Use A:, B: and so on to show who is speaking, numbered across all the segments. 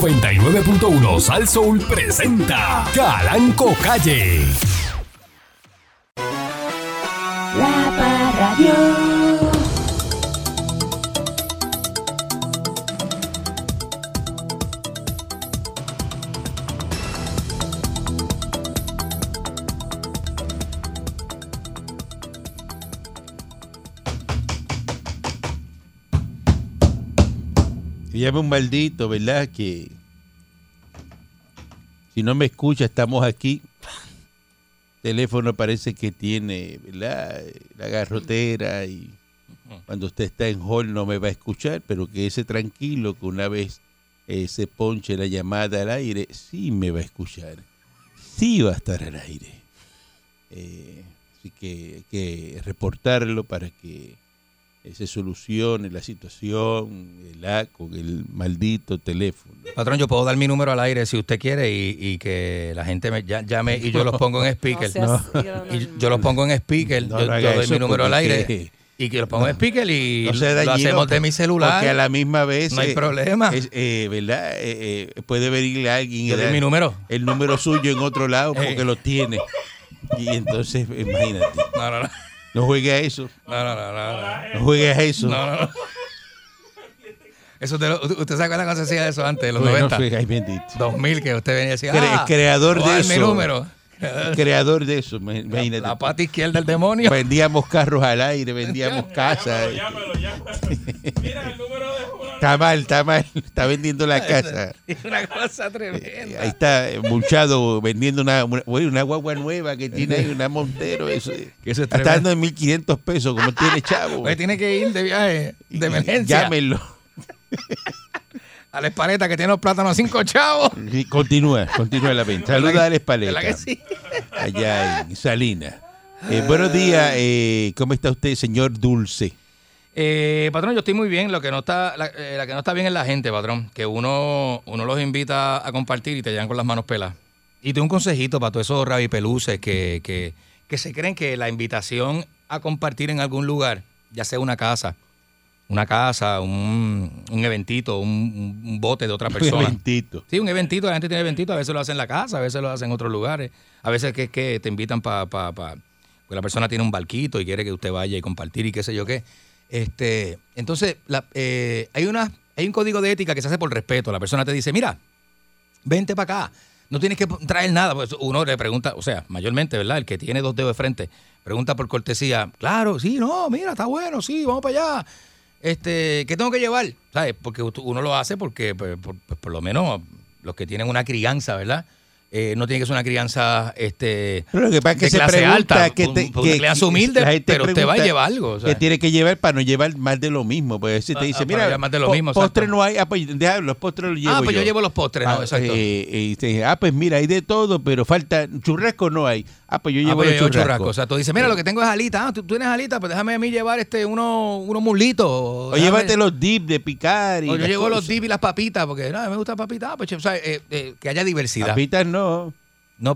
A: 99.1 Sal Soul presenta Calanco Calle.
B: La Parradio.
C: Se llama un maldito, ¿verdad? Que si no me escucha, estamos aquí. Teléfono parece que tiene, ¿verdad? La garrotera y cuando usted está en hall no me va a escuchar, pero que ese tranquilo que una vez eh, se ponche la llamada al aire, sí me va a escuchar. Sí va a estar al aire. Eh, así que hay que reportarlo para que eh, se solucione la situación ¿verdad? con el maldito teléfono.
D: Patrón, yo puedo dar mi número al aire si usted quiere y, y que la gente me ll- llame y yo los pongo en
B: No
D: speaker.
B: seas-
C: No.
B: yo no-
D: Y yo los pongo en speaker,
C: No,
D: yo,
C: no haga
D: yo doy
C: eso
D: mi número al
C: porque-
D: aire y que los pongo en speaker y
C: No sea
D: lo
C: dañino,
D: hacemos de
C: por-
D: mi celular.
C: Porque a la misma vez.
D: No hay
C: eh,
D: problema.
C: es, eh, ¿Verdad? Eh, eh, puede venirle alguien y
D: Yo doy
C: dar
D: mi número.
C: el número suyo en otro lado porque
D: Eh.
C: lo tiene. Y entonces, imagínate.
D: No, no, no.
C: No juegue a eso.
D: No, no, no, no,
C: No juegue a eso.
D: no. No, no, no. Eso te lo- usted sabe cuándo se hacía eso antes, de los
C: Bueno,
D: 90,
C: juegue- ay, bendito.
D: 2000 que usted venía y decía,
C: Cre-
D: ah,
C: creador
D: voy a
C: de
D: dar mi
C: eso. Este-
D: número.
C: Creador de eso, me-
D: La,
C: imagínate.
D: la pata izquierda del demonio.
C: Vendíamos carros al aire, vendíamos casas. Está mal, está mal. Está vendiendo la casa.
D: Una cosa
C: Eh,
D: tremenda.
C: Ahí está, eh, Muchado vendiendo una, una, güey, una guagua nueva que tiene ahí, una Montero. Eso, eh.
D: Que eso es
C: Está
D: tremendo.
C: dando en 1.500 pesos, como tiene chavo.
D: Oye, tiene que ir de viaje, de emergencia,
C: Llámenlo.
D: a la espareta que tiene los plátanos cinco chavos.
C: Sí, Continúa, continúa la venta. Saluda a la
D: ¿Verdad que sí?
C: allá en Salinas. Eh, buenos días, eh, ¿cómo está usted, señor Dulce?
D: Eh, patrón, yo estoy muy bien. Lo que no está, la, eh, la que no está bien es la gente, patrón. Que uno, uno los invita a compartir y te llegan con las manos pelas. Y tengo un consejito para todos esos rabipeluces que, que, que se creen que la invitación a compartir en algún lugar, ya sea una casa, una casa, un, un eventito, un, un- un bote de otra persona.
C: Momentito.
D: Sí, un eventito, la gente tiene eventito, a veces lo hacen en la casa, a veces lo hacen en otros lugares, a veces que es que te invitan para, pa, pa- porque la persona tiene un barquito y quiere que usted vaya y compartir y qué sé yo qué. Este, entonces, la- eh, hay, una, hay un código de ética que se hace por respeto. La persona te dice, mira, vente para acá. No tienes que traer nada. Pues uno le pregunta, o sea, mayormente, ¿verdad? El que tiene dos dedos de frente, pregunta por cortesía, claro, sí, no, mira, está bueno, sí, vamos para allá. Este, ¿qué tengo que llevar? ¿Sabes? Porque ut- uno lo hace porque, pues, por, pues, por lo menos, los que tienen una crianza, ¿verdad? Eh, no tiene que ser una crianza, este...
C: Pero lo que pasa es que
D: De
C: se
D: clase
C: pregunta
D: alta,
C: que
D: un-
C: te,
D: un- de clase humilde, pero usted va y
C: pregunta
D: lleva algo, o sea.
C: Que tiene que llevar para no llevar más de lo mismo. Pues si
D: Ah,
C: te dice,
D: ah, para
C: mira,
D: llevar más de lo
C: po-
D: mismo,
C: postre
D: exacto.
C: no hay, ah, pues deja, los postres los llevo
D: ah, pues yo.
C: yo
D: llevo los postres,
C: Ah,
D: ¿no? Exacto.
C: eh, eh, y te dice, ah, pues mira, hay de todo, pero falta churrasco no hay. Ah, pues yo Eh.
D: Ah,
C: llevo
D: pues
C: los
D: yo llevo
C: churrascos.
D: churrasco. O sea, tú dices, mira, lo que tengo es alita. Ah, tú, tú tienes alita, pues déjame a mí llevar este, uno, unos mulitos.
C: O
D: déjame-
C: llévate los dips de picar y
D: O yo
C: las
D: llevo los
C: cosas.
D: dips y las papitas, porque no, me gusta papitas. ah, pues, che, o sea, eh, eh, que haya diversidad.
C: Papitas no.
D: No,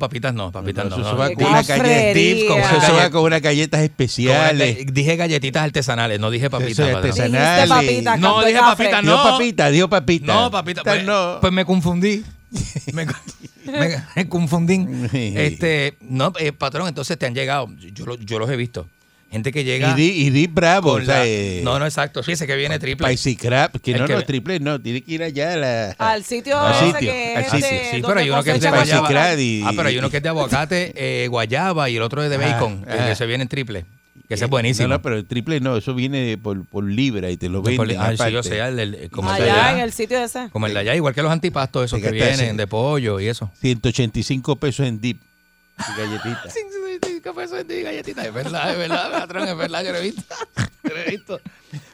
D: papitas no, papitas
C: No,
D: no.
C: no, eso
D: no.
C: va
D: Di-
C: con una
D: con
C: calle-
D: dips, con
C: Eso
D: una
C: se va
D: galle-
C: con unas galletas
D: con una galle-
C: especiales.
D: Dije galletitas artesanales, no dije papitas.
C: Eso es
D: padre.
C: artesanal.
B: Dijiste papita,
D: No,
B: cantó
D: dije
B: café.
D: papita,
C: Dijo
D: no.
C: papita, dijo papita.
D: No, papitas. Pues,
C: Este no.
D: pues me confundí. Me, me- me confundí. Este, no, eh, patrón, entonces te han llegado. Yo, lo- yo los he visto. Gente que
C: y
D: llega.
C: di, y di bravo.
D: con
C: O sea,
D: la-
C: eh,
D: no, no, exacto. Sí, ese que viene triple.
C: Spicy crab, que
D: El
C: no,
D: que-
C: no, triple no, tiene que ir allá a la...
B: Al sitio
C: Al
B: ese
C: sitio,
B: que
C: al
B: es
C: sitio.
B: de
D: Ah, Sí,
B: donde
D: pero hay uno que es de
B: cosecha
C: Spicy
D: guayaba.
C: crab y-
D: Ah, pero hay uno que es de aguacate, eh, guayaba y el otro es de
C: Ah,
D: bacon, eh,
C: ah.
D: que se viene en triple. Que ese
C: Eh,
D: es buenísimo.
C: No, no, pero el triple no, eso viene por, por libra y te lo
D: Por-
C: venden
D: ah, sí,
C: aparte.
D: o sea, el- el- como el de
B: Allá en
D: allá.
B: el sitio ese.
D: Como el de allá, igual que los antipastos esos que
C: Fíjate,
D: vienen
C: sí.
D: de pollo y eso.
C: 185 pesos en dip y galletitas.
D: Es verdad, es verdad, patrón, es verdad, yo lo he visto. Yo lo he visto.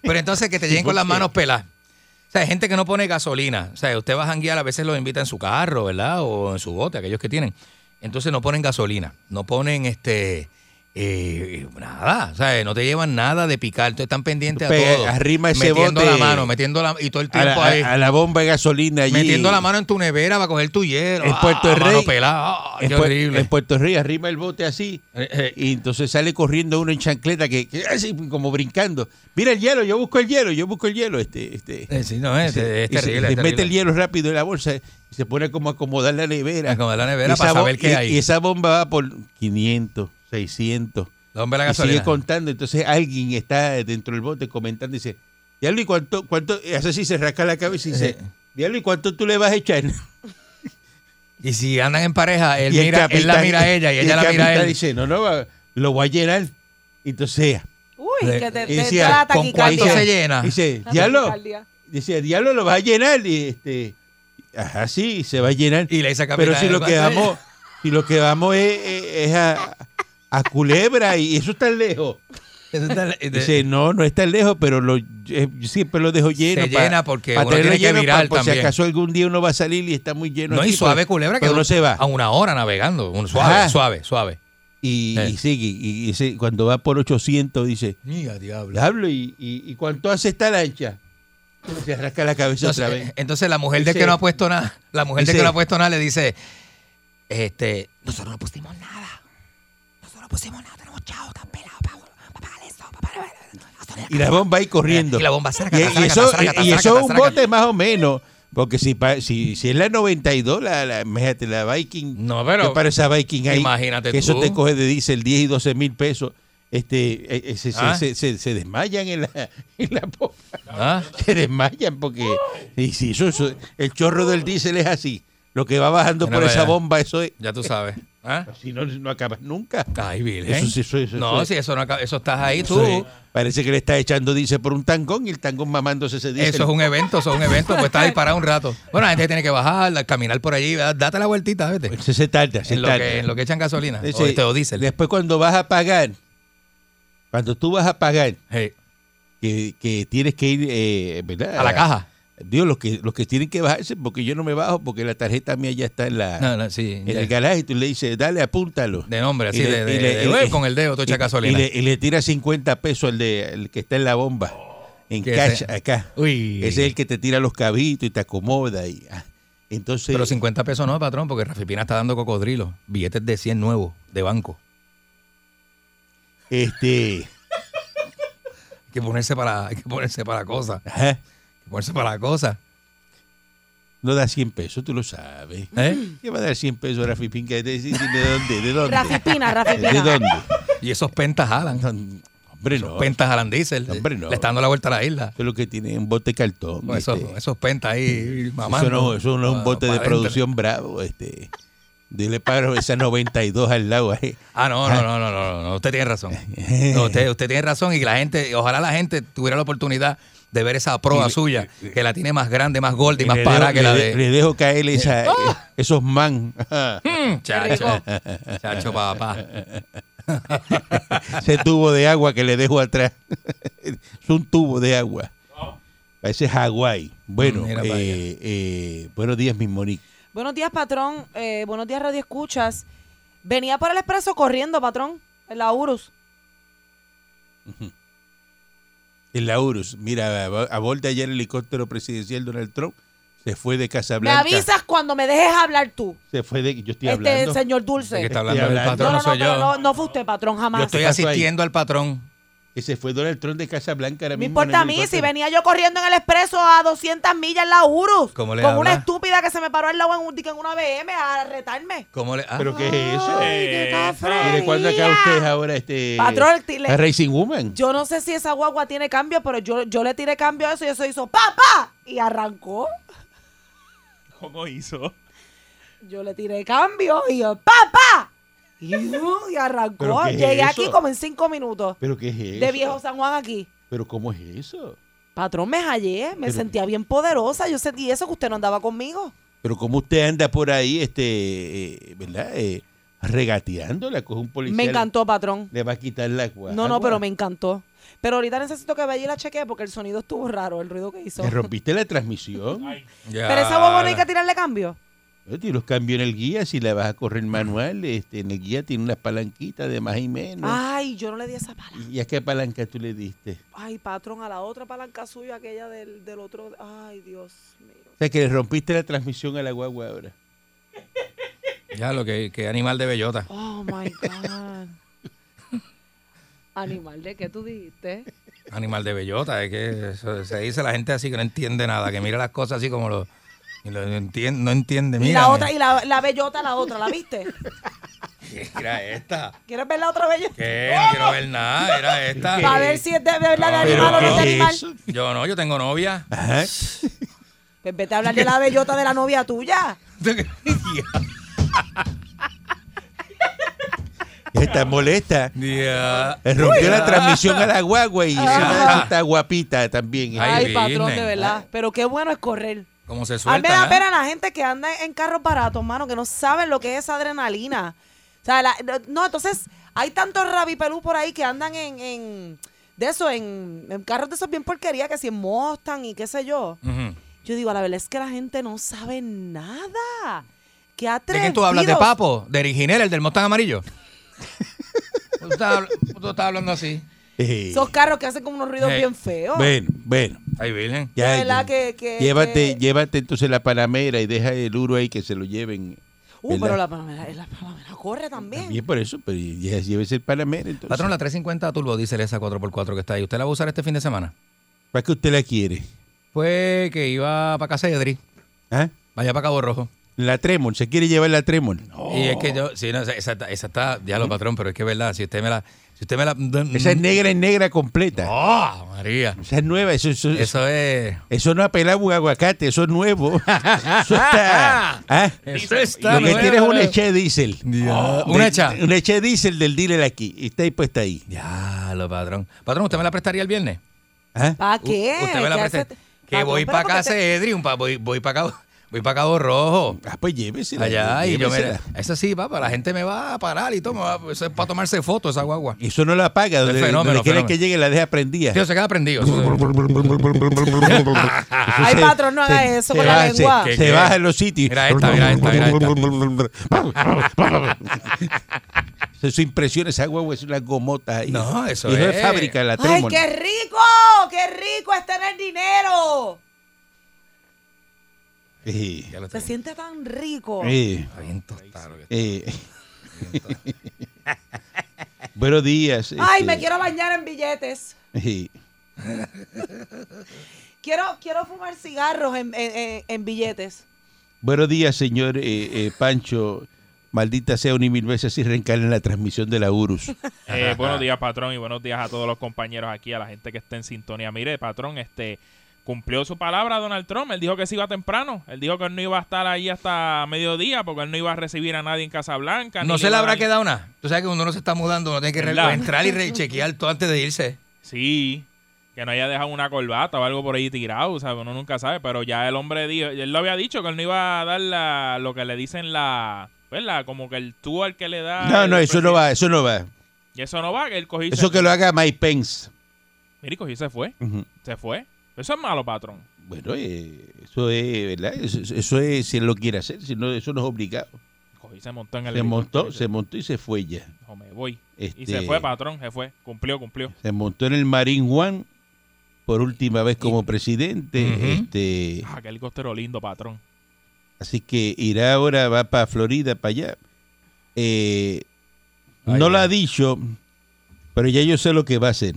D: Pero entonces que te lleguen con las manos peladas. O sea, hay gente que no pone gasolina. O sea, usted va a janguear, a veces los invita en su carro, ¿verdad? O en su bote, aquellos que tienen. Entonces no ponen gasolina, no ponen este eh, nada, ¿sabes? No te llevan nada de picar, entonces están pendientes a
C: Pe-
D: todo.
C: arrima ese
D: metiendo
C: bote
D: la mano, metiendo la y todo el
C: A
D: tiempo
C: la,
D: ahí.
C: a- a la bomba de gasolina allí.
D: metiendo la mano en tu nevera para coger tu hielo.
C: En Puerto
D: ah, mano
C: Rey-
D: pelada, ah,
C: En,
D: qué
C: Pue-
D: horrible.
C: en Puerto Rico arrima el bote así
D: Eh, eh,
C: y entonces sale corriendo uno en chancleta que, que así, como brincando. Mira el hielo, yo busco el hielo, yo busco el hielo. Este, este,
D: eh, sí, no, es,
C: Y se-
D: es
C: y se-
D: terrible.
C: se
D: es
C: mete el
D: terrible.
C: hielo rápido en la bolsa y se pone como a acomodar la nevera.
D: Acomodar la nevera
C: Y
D: para
C: esa bo-
D: saber qué
C: y-
D: hay.
C: Y esa bomba va por 500, 600.
D: La bomba de la
C: y sigue
D: gasolina.
C: contando. Entonces alguien está dentro del bote comentando y dice, diablo, ¿y cuánto, cuánto? y Hace así, se rasca la cabeza y dice,
D: Eh.
C: diablo, ¿y cuánto tú le vas a echar?
D: Y si andan en pareja, él,
C: Y el
D: mira, él la
C: capitán-
D: mira a ella y,
C: el
D: ella la mira a
C: capitán
D: él.
C: dice, no, no, va- lo voy a llenar. Entonces,
B: Uy,
D: Eh,
B: que te,
C: y
B: te
C: decía,
B: da la
D: ¿con cuánto
B: taquicardia.
D: se llena?
C: dice,
B: La
C: diablo,
B: taquicardia.
C: dice, diablo, lo vas a llenar. Y este, ajá, sí, se va a llenar.
D: Y le dice al capitán.
C: Pero si lo
D: ¿cuánto
C: que vamos,
D: es?
C: si lo que vamos es, es- es a, a Culebra y eso está lejos.
D: Eso está- de-
C: Dice, no, no está lejos, pero lo, eh, yo siempre lo dejo lleno.
D: Se llena porque uno
C: tenerlo
D: tiene que
C: lleno,
D: virar
C: por si
D: también.
C: acaso algún día uno va a salir y está muy lleno. pues,
D: no,
C: aquí,
D: y suave
C: pero-
D: culebra que
C: pero no se va.
D: a una hora navegando. un- suave,
C: Ajá.
D: suave, suave.
C: Y,
D: Eh.
C: y sigue, y, y se- cuando va por 800 dice,
D: Mira, diablo.
C: diablo, ¿y, y, y cuánto hace esta lancha? Se rasca la cabeza
D: Entonces, eh,
C: otra vez.
D: entonces la mujer de
C: Dice-
D: que no ha puesto nada, la mujer de
C: dice-
D: que no ha puesto nada le dice, este, nosotros no pusimos nada. Nosotros no pusimos nada, tenemos chavo tan pelado para pagar eso, pa' pagar-
C: Y la bomba ahí corriendo.
D: Y la bomba
C: Y,
D: cerca.
C: y eso, y- y eso es un bote más o menos. Porque si, pa- si, si es la 92, la, la, imagínate, la Viking.
D: No, pero
C: que para esa Viking ahí.
D: imagínate
C: que eso
D: tú.
C: te coge de diésel 10 y 12 mil pesos. Este, eh, eh, se, se-
D: Ah.
C: se, se- se desmayan en la, en la bomba.
D: ¿Ah?
C: Se desmayan porque. Y si eso, eso- el chorro del diésel es así. Lo que va bajando
D: Mira
C: por
D: para
C: esa
D: allá.
C: bomba, eso es.
D: ya tú sabes. ¿Ah?
C: Si no, no acabas nunca.
D: Ay, Virgen.
C: Eso sí, eso, eso-
D: no,
C: eso-
D: si eso no acaba- eso estás ahí tú.
C: eso es. Parece que le está echando diésel por un tangón y el tangón mamándose ese diésel.
D: Eso es un evento, eso es un evento, pues está ahí parado un rato. Bueno, la gente tiene que bajar, caminar por allí, ¿verdad? date la vueltita, vete.
C: Pues Ese se tarda, se
D: En lo,
C: tarda.
D: que, en lo que echan gasolina.
C: Ese-
D: o este o diésel.
C: Después cuando vas a pagar, cuando tú vas a pagar,
D: Hey,
C: que, que tienes que ir, eh, ¿verdad?
D: a la caja.
C: Digo, los que, los que tienen que bajarse, porque yo no me bajo, porque la tarjeta mía ya está en la
D: No, no, sí.
C: en
D: ya.
C: el garaje, y tú le dices, dale, apúntalo.
D: De nombre, así,
C: Y le-
D: de, de-
C: y le-
D: de-
C: y le-
D: eh, con el dedo, tú
C: y,
D: echas
C: y
D: gasolina.
C: le, y le tira 50 pesos al de, el que está en la bomba, en
D: Que
C: cash,
D: ese-
C: acá.
D: Uy.
C: Ese es el que te tira los cabitos y te acomoda. Y, ah, entonces,
D: Pero 50 pesos no, patrón, porque Rafi Pina está dando cocodrilo. Billetes de 100 nuevos, de banco.
C: este...
D: Hay que ponerse para, hay que ponerse para cosas.
C: ajá,
D: Hay que ponerse para cosas.
C: no da 100 pesos, tú lo sabes.
D: ¿eh?
C: ¿Qué va a dar 100 pesos Rafi Pinca? ¿De, de, de dónde? ¿De dónde?
B: Rafi Pina, Rafi
C: ¿De
B: Pina.
C: dónde?
D: Y esos pentas jalan.
C: No, hombre, no. Eso
D: Pentas jalan diésel.
C: Hombre, no.
D: Le está dando la vuelta a la isla.
C: es lo que tiene un bote de cartón.
D: Con
C: este.
D: esos, esos pentas ahí mamando.
C: Eso no, eso no es
D: Ah,
C: un bote de
D: para
C: producción bravo. Este. Dile paro esa 92 al lado. eh.
D: adentro. Ah, no, no, no, no, no, no, Usted tiene razón. No, usted, usted tiene razón y la gente, ojalá la gente tuviera la oportunidad de ver esa proa suya, que la tiene más grande, más gorda y más
C: le,
D: parada
C: dejo,
D: que la
C: le
D: de...
C: de- le dejo caer esa, eh, esos man.
D: Mm, Chacho, chacho, papá.
C: Ese tubo de agua que le dejo atrás. es un tubo de agua. Parece Hawái. Bueno,
D: Mm, mira para
C: eh, eh, buenos días, mi Monique.
B: Buenos días, patrón. Eh, buenos días, Radio Escuchas. Venía por el expreso corriendo, patrón, en la URUS.
C: En la URUS, mira, ab- aborda ayer el helicóptero presidencial Donald Trump, se fue de
B: Me
C: Casablanca.
B: avisas cuando me dejes hablar tú,
C: Se fue de. Yo estoy
B: este
C: hablando.
B: señor
D: El que
B: Dulce.
D: está hablando
C: Estoy
D: del
C: hablando.
B: No,
D: patrón
B: no,
D: no
B: no,
D: soy
B: pero
D: yo.
B: no, no fue usted, patrón, jamás.
D: Yo estoy
C: ¿Qué pasó ahí?
D: asistiendo al patrón.
C: Que se fue Donald Trump de Casablanca. ahora
B: Me
C: Este mismo en
B: importa a
C: el
B: mí si
C: helicóptero.
B: venía yo corriendo en el expreso a 200 millas en la URUS
D: ¿Cómo
B: con
D: le
B: una
D: habla?
B: estúpida que se me paró al lado en, un- en una BM a retarme.
D: ¿Cómo le...? ah,
C: ¿Pero qué es eso?
B: cafrería.
C: ¿Y de cuándo acá ustedes ahora este.
B: Ah, Patrón, ti- le-
C: la Racing Woman?
B: Yo no sé si esa guagua tiene cambio, pero yo, yo le tiré cambio a eso y eso hizo ¡Papá! Y arrancó.
E: ¿Cómo hizo?
B: Yo le tiré cambio y yo ¡Papá! Y, uh, y
C: ¿Pero
B: arrancó.
C: qué es
B: Llegué
C: eso?
B: aquí como en cinco minutos.
C: ¿Pero qué es eso?
B: De viejo San Juan aquí.
C: ¿Pero cómo es eso?
B: Patrón, me hallé, me
C: Pero-
B: sentía bien poderosa. Yo sentí eso que usted no andaba conmigo.
C: ¿Pero cómo usted anda por ahí, este. eh, ¿Verdad? Eh, regateando, la coge un policía.
B: Me encantó, patrón.
C: Le va a quitar la guagua.
B: No, no, pero me encantó. Pero ahorita necesito que vaya y la chequee porque el sonido estuvo raro, el ruido que hizo.
C: Le rompiste la transmisión.
D: ya.
B: Pero esa guagua no hay que tirarle cambio.
C: Yo te los cambio en el guía, si la vas a correr manual, este, en el guía tiene unas palanquitas de más y menos.
B: Ay, yo no le di esa palanca.
C: ¿Y a qué palanca tú le diste?
B: Ay, patrón, a la otra palanca suya, aquella del, del otro. Ay, Dios mío.
C: O sea, que le rompiste la transmisión a la guagua ahora.
D: Ya lo que, que animal de bellota.
B: Oh, my God. Animal, ¿de qué tú dijiste?
D: Animal de bellota. Es que eso- se dice la gente así que no entiende nada, que mira las cosas así como lo. y lo- no entiende, no entiende.
B: y
D: Mira,
B: la otra, y la, la bellota, la otra, ¿la viste?
D: Era esta.
B: ¿Quieres ver la otra bellota?
D: ¿Qué? No quiero ver nada. Era esta.
B: Para ver si es de verdad de
D: Pero
B: animal o no es de
D: ¿qué es
B: animal.
C: eso?
D: Yo no, yo tengo novia.
C: Ajá.
B: Pues vete a hablar de la bellota de la novia tuya.
C: Ya Está molesta.
D: Ya.
C: Le Eh, rompió la transmisión a la guagua
B: Ah.
C: y
D: Ajá.
C: está guapita también.
D: Ay,
B: Ay, patrón,
D: business.
B: de verdad. Pero qué bueno es correr.
D: ¿Cómo se
B: A mí me da
D: suelta? ¿eh?
B: pena la gente que anda en carros baratos, mano, que no saben lo que es adrenalina. O sea, la- no, entonces hay tantos rabipelú por ahí que andan en, en- de eso, en, en carros de esos bien porquería, que si en Mustang y qué sé yo.
D: eh? Ujú.
B: Yo digo, la verdad es que la gente no sabe nada. Qué
D: ¿De
B: atrevidos.
D: qué tú hablas? ¿De Papo? ¿De Originel, el del Mustang amarillo? tú, estás, habl- tú estás hablando así.
C: Eh,
B: Esos carros que hacen como unos ruidos
D: Eh,
B: bien feos.
C: bueno, bueno.
D: Ay, Virgen.
C: Ya,
B: De verdad
C: ya.
B: que- que-
C: llévate,
B: que-
C: llévate entonces la panamera y deja el uro ahí que se lo lleven.
B: Uh, pero
C: ¿verdad?
B: la palomera, la palomera corre también.
C: Bien por eso, pero ya llévese el panamera entonces.
D: Patrón, la 350 Turbo Diesel esa 4x4 que está ahí. ¿Usted la va a usar este fin de semana?
C: ¿Para qué usted la quiere?
D: Pues que iba para casa de Edri.
C: ¿Ah?
D: Vaya para Cabo Rojo.
C: La Tremol, ¿se quiere llevar la Tremol?
D: Y es que
C: Oh.
D: yo, sí, no, esa, esa está- esa está, ya lo patrón, pero es que es verdad, si usted me la, si usted me la,
C: Esa es negra, es negra completa.
D: ¡Oh, María!
C: Esa es nueva, eso, eso, eso,
D: Eso es,
C: no apela a un aguacate, eso es nuevo. eso está. ¿ah?
D: eso
C: Lo
D: está
C: que tienes es una eche diésel.
D: Ya. ¿Una hecha?
C: Una eche diésel del dealer aquí. Y está ahí puesta ahí.
D: Ya, lo patrón. Patrón, ¿usted me la prestaría el viernes?
C: ¿ah?
B: ¿Para
D: U-
B: qué?
D: ¿Usted me la
B: ¿Qué
D: prestaría?
B: hace-
D: Que
B: Patrón,
D: voy
B: pero
D: para
B: porque
D: casa
B: te-
D: de Edri, un pa- voy, voy para Cabo, voy para Cabo Rojo.
C: Ah, pues llévesela.
D: Allá, y yo me,
C: llévesela.
D: eso sí, papá, la gente me va a parar y toma, eso es para tomarse fotos esa guagua.
C: Eso no la paga. Donde,
D: fenómeno,
C: donde quiera
D: fenómeno.
C: que llegue la deja prendida.
D: Tío, se queda prendido.
B: Ay, patrón, no haga eso con la
C: baja,
B: lengua.
C: Se,
D: ¿Qué, qué?
C: baja en los sitios.
D: Mira esta, mira esta, mira
C: Eso impresiona esa guagua, es una gomota ahí.
D: No, eso
C: Y
D: es.
C: de fábrica, la
B: ¡Ay,
C: Tremol.
B: qué rico! ¡Qué rico es tener dinero!
C: Sí,
D: Ya lo
B: Se
D: tengo.
B: siente tan rico.
C: sí,
D: Está bien tostado que está.
C: eh. Buenos días.
B: ¡Ay,
C: este,
B: me quiero bañar en billetes!
C: sí.
B: Quiero, quiero fumar cigarros en, en- en- en billetes.
C: Buenos días, señor eh, eh, Pancho. Maldita sea un y mil veces si reencarna en la transmisión de la URUS.
E: Eh, buenos días, patrón, y buenos días a todos los compañeros aquí, a la gente que está en sintonía. Mire, patrón, este cumplió su palabra Donald Trump. Él dijo que se iba temprano. Él dijo que él no iba a estar ahí hasta mediodía porque él no iba a recibir a nadie en Casablanca.
D: No
E: ni
D: se
E: iba
D: le
E: a
D: habrá
E: dar-
D: quedado una. Tú sabes que cuando uno se está mudando, uno tiene que re-
E: ¿Verdad?
D: entrar y rechequear todo antes de irse.
E: Sí, que no haya dejado una corbata o algo por ahí tirado, ¿sabes? Uno nunca sabe, pero ya el hombre dijo, él lo había dicho que él no iba a dar la, lo que le dicen la, ¿verdad? Como que el tú al que le da.
C: No,
E: el
C: no, eso no va, eso no va.
E: Y eso no va, que él cogió y se
C: Eso que
E: fue.
C: lo haga Mike Pence.
E: Mira, y cogió y se fue,
C: Ujú.
E: se fue. Eso es malo, patrón.
C: Bueno, eh, eso es, ¿verdad? Eso, eso es si él lo quiere hacer, si no, eso no es obligado.
E: Cogió y se montó en el
C: Se
E: helicóptero
C: montó,
E: y
C: se montó y se fue ya.
E: Dijo, me voy. Y
C: Este,
E: se fue, patrón, se fue. Cumplió, cumplió.
C: se montó en el Marín Juan por última vez como presidente.
D: Ujú.
C: este,
E: Ah, qué helicóptero lindo, patrón.
C: así que irá ahora, va para Florida, para allá. Eh,
D: Ay,
C: no lo
D: ay.
C: ha dicho, pero ya yo sé lo que va a hacer.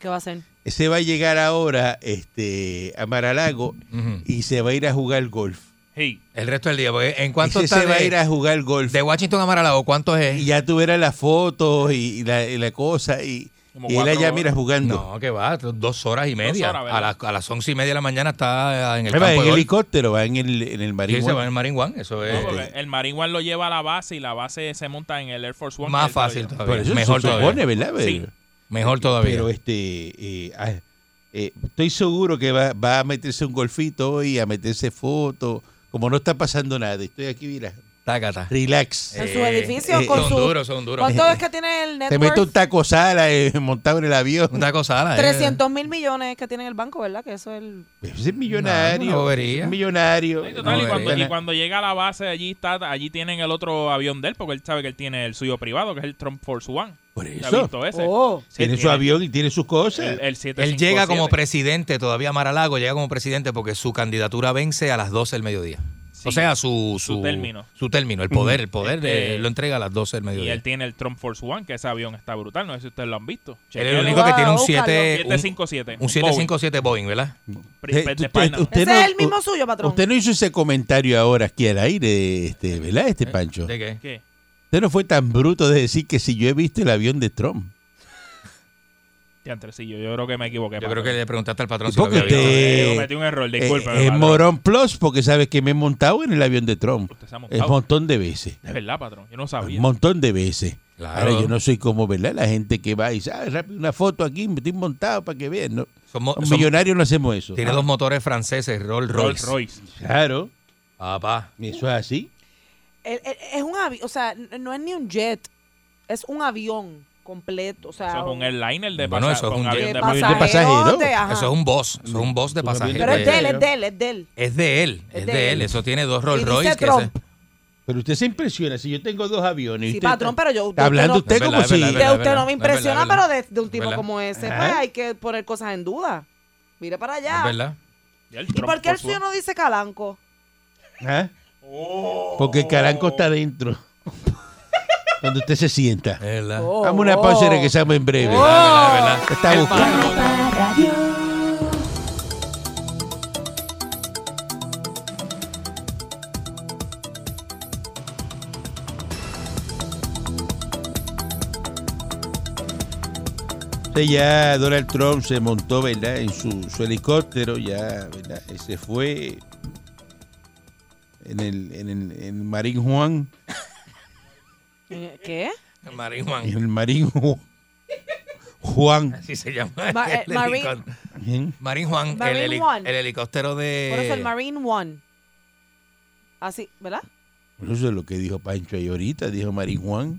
B: ¿Qué va a hacer?
C: Ese va a llegar ahora este, a Maralago
D: Ujú.
C: y se va a ir a jugar golf.
E: Hey,
D: El resto del día, porque en cuanto
C: Ese
D: está
C: se va a
D: de,
C: ir a jugar golf.
D: de Washington a Maralago, ¿cuánto
C: y
D: es?
C: ya tú verás las fotos y, y la, y la cosa y,
E: Como
C: y él allá
E: cuatro
C: mira
E: horas.
C: jugando.
D: No, que va, dos horas y media.
E: horas, ¿verdad?
D: a, las, a las once y media de la mañana está eh, en el
C: Él va
D: campo
C: en
D: de golf.
C: helicóptero, va en el, en el
D: Sí,
C: Marín
D: se va en
C: One.
D: el Marine One, eso
E: No,
C: Este
D: es eh,
E: porque el Marine One lo lleva a la base y la base se monta en el Air Force One.
D: más
E: y él se
D: fácil
E: lo lleva.
C: Por
D: todavía.
C: eso
D: Mejor
C: se
D: todavía.
C: supone, ¿verdad?
E: Sí.
C: Pero-
D: Mejor todavía.
C: Pero este, eh, ah, eh, estoy seguro que va, va a meterse un golfito hoy, a meterse fotos. Como no está pasando nada, estoy aquí, mira.
D: Tácata.
C: Relax.
B: En
D: Eh,
B: sus edificios,
C: eh,
B: con
D: son
B: su-
D: duros, son duros.
B: ¿Cuánto es que tiene el
C: Te meto un
B: network?
C: taco sala eh, montado en el avión.
D: Una cosa, ala, eh.
B: 300 mil millones que tiene el banco, ¿verdad? Que eso es el...
C: Ese es
D: No, una
C: millonario.
D: bobería.
C: es millonario.
E: Sí, total, y,
D: No,
E: cuando,
C: este
D: eh.
E: y cuando llega a la base allí está, allí tienen el otro avión de él, porque él sabe que él tiene el suyo privado, que es el Trump Force One.
C: Por
E: ¿Se ha
C: eso.
E: visto ese?
B: Oh.
E: Sí,
C: Tiene su avión y tiene sus cosas. Eh,
E: El, el 757.
D: Él llega como presidente, todavía Maralago llega como presidente porque su candidatura vence a las 12 del mediodía.
E: Sí.
D: o sea, su,
E: Su término.
D: Su término, el poder, el poder
E: Este,
D: eh, lo entrega a las 12 del
E: Y
D: mediodía.
E: él
D: Él
E: tiene el Trump Force One, que ese avión está brutal. No sé si ustedes lo han visto.
D: es
E: Chequéalo.
D: el único que tiene un
B: Wow,
D: 7 un,
E: 757.
D: un 757 Boeing, ¿verdad?
E: Pri-
C: Eh,
E: de
C: usted-
E: Panamá.
C: usted
B: Ese
C: no-
B: es el mismo suyo, patrón.
C: Usted no hizo ese comentario ahora aquí al aire, este, ¿verdad, este Pancho?
D: ¿De qué?
E: ¿Qué?
C: Usted no fue tan bruto de decir que si yo he visto el avión de Trump.
E: Diantre, sí, yo, yo creo que me equivoqué.
D: Yo
E: padre.
D: creo que le preguntaste al patrón
C: ¿Y
D: si lo
C: por qué
D: había
C: usted-
D: visto.
E: Eh,
C: Eh,
E: cometí un error,
C: Eh,
E: disculpe.
C: es Morón Plus porque sabes que me he montado en el avión de Trump.
E: Usted se ha
C: Es
E: montado.
C: un montón de veces.
E: De verdad, patrón. Yo no
C: Un
E: sabía.
C: montón de veces.
D: Claro.
C: Ahora yo no soy como, ¿verdad? La gente que va y dice, ah, rápido, una foto aquí, me estoy montado para que vean. ¿no?
D: Son mo-
C: Los
D: son-
C: millonarios no hacemos eso.
D: tiene dos motores franceses, Rolls
E: Rolls
D: Royce.
E: Royce.
C: Claro,
D: Papá.
C: eso es así.
B: El- el- es un avión, o sea, n- no es ni un jet, es un avión completo, o sea...
E: Eso es un airliner de
D: Bueno, eso es
E: con
D: un
E: avión
D: jet.
E: de
B: de
C: pas-
E: pasajeros.
B: pasajeros,
C: pasajero.
B: de- ajá.
D: Eso es un boss, eso es un boss de
C: Tú me
D: pasajeros.
B: Pero es de él,
C: Pero-
B: es de él, es de él.
D: Es de él,
B: Es
D: es
B: de
D: de él.
B: él.
D: Eso tiene dos
B: Y
D: Rolls
B: dice
D: Royce. que
B: Trump.
D: ese-
C: Pero usted se impresiona. Si yo tengo dos aviones. y
B: Sí,
C: usted
B: patrón,
C: está-
B: pero yo...
C: está
B: yo-
C: hablando
B: yo-
C: usted
D: Es
C: como
D: verdad, es
C: si...
D: verdad, es
B: de
D: verdad.
B: usted no me impresiona,
D: es verdad.
B: pero de, de un tipo
D: ¿Verdad?
B: como ese,
C: Ajá.
B: pues hay que poner cosas en duda. Mire para allá.
D: Es verdad.
E: Y el
B: ¿Y
E: Trump
B: por qué el
E: Force One.
B: suyo no dice calanco?
C: ¿Ah? Porque el caranco está adentro. Cuando usted se sienta.
D: Es verdad.
B: Oh,
C: Vamos a una pausa y
B: oh.
C: regresamos en breve.
D: Es verdad, es verdad.
C: Está buscando. Sí, Este ya Donald Trump se montó, ¿verdad? En su, su helicóptero, ya, ¿verdad? Se fue en el, en el, en Marín Juan.
B: Eh, ¿Qué?
D: Marín Juan.
C: En el Marín Ju- Juan.
D: Así se llama.
B: Ma- eh,
D: el
B: Marín-
D: helicóptero.
C: ¿eh?
D: Marín Juan,
B: Marín
D: el, heli-
B: Juan.
D: el helicóptero de.
B: Por eso el Marine One. Así, ¿verdad?
C: Eso es lo que dijo Pancho ahí ahorita, dijo Marín Juan.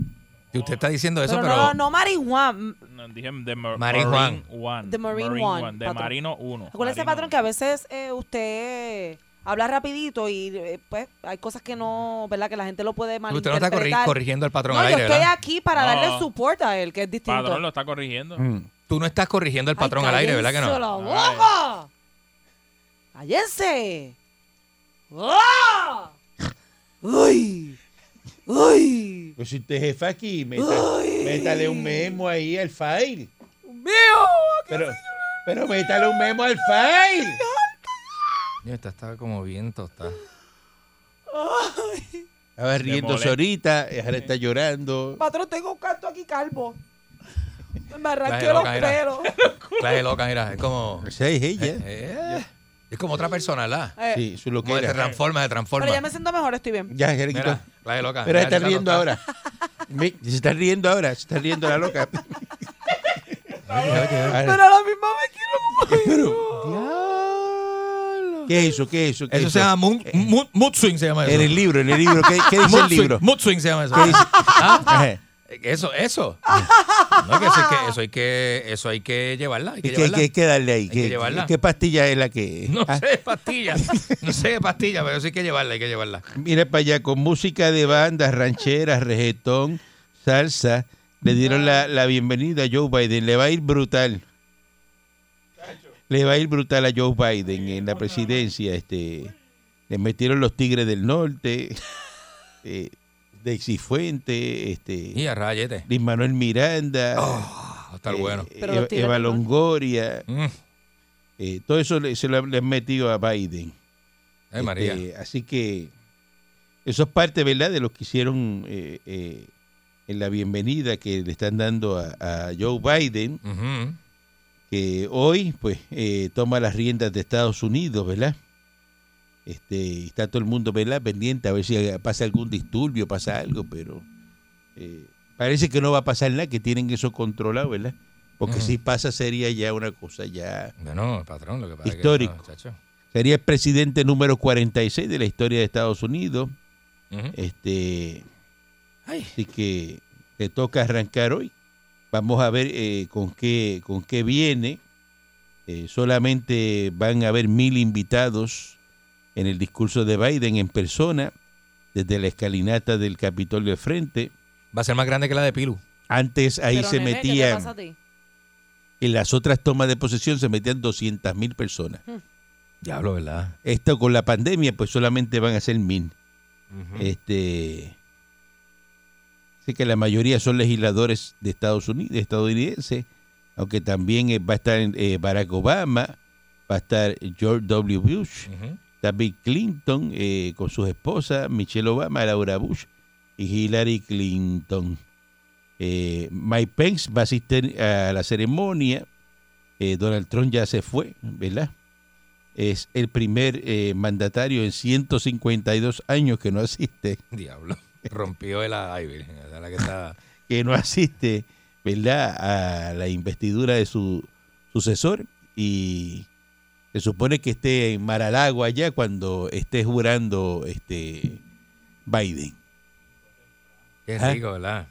D: que usted está diciendo eso,
B: pero,
D: pero.
B: no, no Marine One.
E: No, dije de Mar-
D: Marine
E: Marine
D: One.
E: One.
B: The Marine One,
E: De
B: patrón.
E: Marino 1.
B: Acuérdese, patrón, que a veces eh, usted habla rapidito y eh, pues hay cosas que no, ¿verdad? Que la gente lo puede
D: usted no está
B: malinterpretar.
D: corri- corrigiendo al patrón
B: No,
D: al
B: yo
D: aire,
B: estoy
D: ¿verdad?
B: aquí para
E: No.
B: darle support a él, que es distinto.
E: Patrón lo está corrigiendo.
D: Mm.
C: Mm.
D: Tú no estás corrigiendo al patrón al aire, ¿verdad que no?
B: ¡Solo
E: Ay.
B: boca! ¡Cállense! ¡Ah! ¡Uy! ¡Uy!
C: Pues si usted jefa aquí, meta- métale un memo ahí al file.
B: ¡Mío!
C: Pero, pero métale un memo al file.
D: Yo, Esta está como bien tostada.
C: Estaba riéndose
E: molesta.
C: ahorita, ahora está llorando.
B: Patrón, tengo un canto aquí calvo. Me arranqué
D: Claro,
B: los
D: Kaira.
B: pelos.
D: Clase loca, mira, es como.
C: Esa es ella.
D: Eh, es como otra persona, ¿verdad?
B: Eh,
C: Sí, eso es lo que
D: Como se
C: era.
D: transforma, se transforma.
B: Pero ya me siento mejor, estoy bien.
C: Ya, ya le quitó.
D: Mira, clase loca.
C: Pero
D: mira,
C: está
D: chica
C: riendo
D: tostada.
C: ahora. Mi- Se está riendo ahora, se está riendo la loca.
B: Pero
C: Ahora,
B: a la misma me quiero
C: ¿Qué es eso? ¿Qué es eso? ¿Qué es
D: Eso se llama Moon- Moon- Mood Swing, se llama eso. Ah,
C: En el libro, en el libro. ¿Qué, qué dice
D: Mood
C: el
D: swing,
C: libro? eh,
D: Mood Swing se llama eso.
C: ¿Qué dice?
D: Ah,
C: Ajá.
D: eso, eso. No, que eso, hay que, eso, hay que, eso hay que llevarla. Hay que
C: ¿Qué, qué,
D: llevarla.
C: qué- qué darle ahí?
D: que
C: ¿Qué,
D: llevarla.
C: qué pastilla es la que.?
D: No
C: Ah,
D: sé, pastilla. No sé, pastilla, pero sí hay que llevarla, hay que llevarla.
C: Mira para allá, con música de bandas, rancheras, regetón, salsa, le dieron la, la bienvenida a Joe Biden. Le va a ir brutal. Le va a ir brutal a Joe Biden en la presidencia. Este, le metieron los Tigres del Norte, eh, de Cifuente,
D: Y
C: este,
D: a rayete.
C: Luis Manuel Miranda,
D: Oh, está el
C: eh,
D: bueno.
C: eh,
B: Pero los Tigres
C: Eva
B: del Norte.
C: Longoria.
D: Mm,
C: eh, todo eso le- se lo han- le han metido a Biden.
D: Ay, María.
C: Este, así que eso es parte, ¿verdad?, de lo que hicieron eh, eh, en la bienvenida que le están dando a, a Joe Biden,
D: Ujú.
C: que hoy, pues, eh, toma las riendas de Estados Unidos, ¿verdad? Este, y está todo el mundo, ¿verdad?, pendiente a ver si pasa algún disturbio, pasa algo, pero eh, parece que no va a pasar nada, que tienen eso controlado, ¿verdad? Porque
D: Ujú.
C: si pasa sería ya una cosa ya...
D: Bueno, patrón, lo que pasa es que-
C: Histórico.
D: no, chacho.
C: Sería el presidente número 46 de la historia de Estados Unidos.
D: Mm. Ujú.
C: Este,
D: Ay.
C: así que te toca arrancar hoy. Vamos a ver eh, con qué con qué viene. Eh, solamente van a haber mil invitados en el discurso de Biden en persona desde la escalinata del Capitolio de frente.
D: Va a ser más grande que la de Pilu.
C: Antes ahí
B: Pero,
C: se
B: nene, ¿qué te
C: metían
B: pasa a ti?
C: en las otras tomas de posesión se metían 200 mil personas.
D: Diablo, ¿verdad?
C: Esto con la pandemia, pues solamente van a ser mil. Este. Sé que la mayoría son legisladores de Estados Unidos, estadounidenses, aunque también eh, va a estar eh, Barack Obama, va a estar George W. Bush,
D: Ujú.
C: David Clinton eh, con sus esposas, Michelle Obama, Laura Bush y Hillary Clinton. Eh, Mike Pence va a asistir a la ceremonia. Eh, Donald Trump ya se fue, ¿verdad? Es el primer eh, mandatario en 152 años que no asiste,
D: Diablo. Rompió el ay, virgen, esa es la que está.
C: que no asiste, ¿verdad? A la investidura de su sucesor y se supone que esté en Maralago allá cuando esté jurando este Biden.
D: Qué
C: Ah.
D: rico, ¿verdad?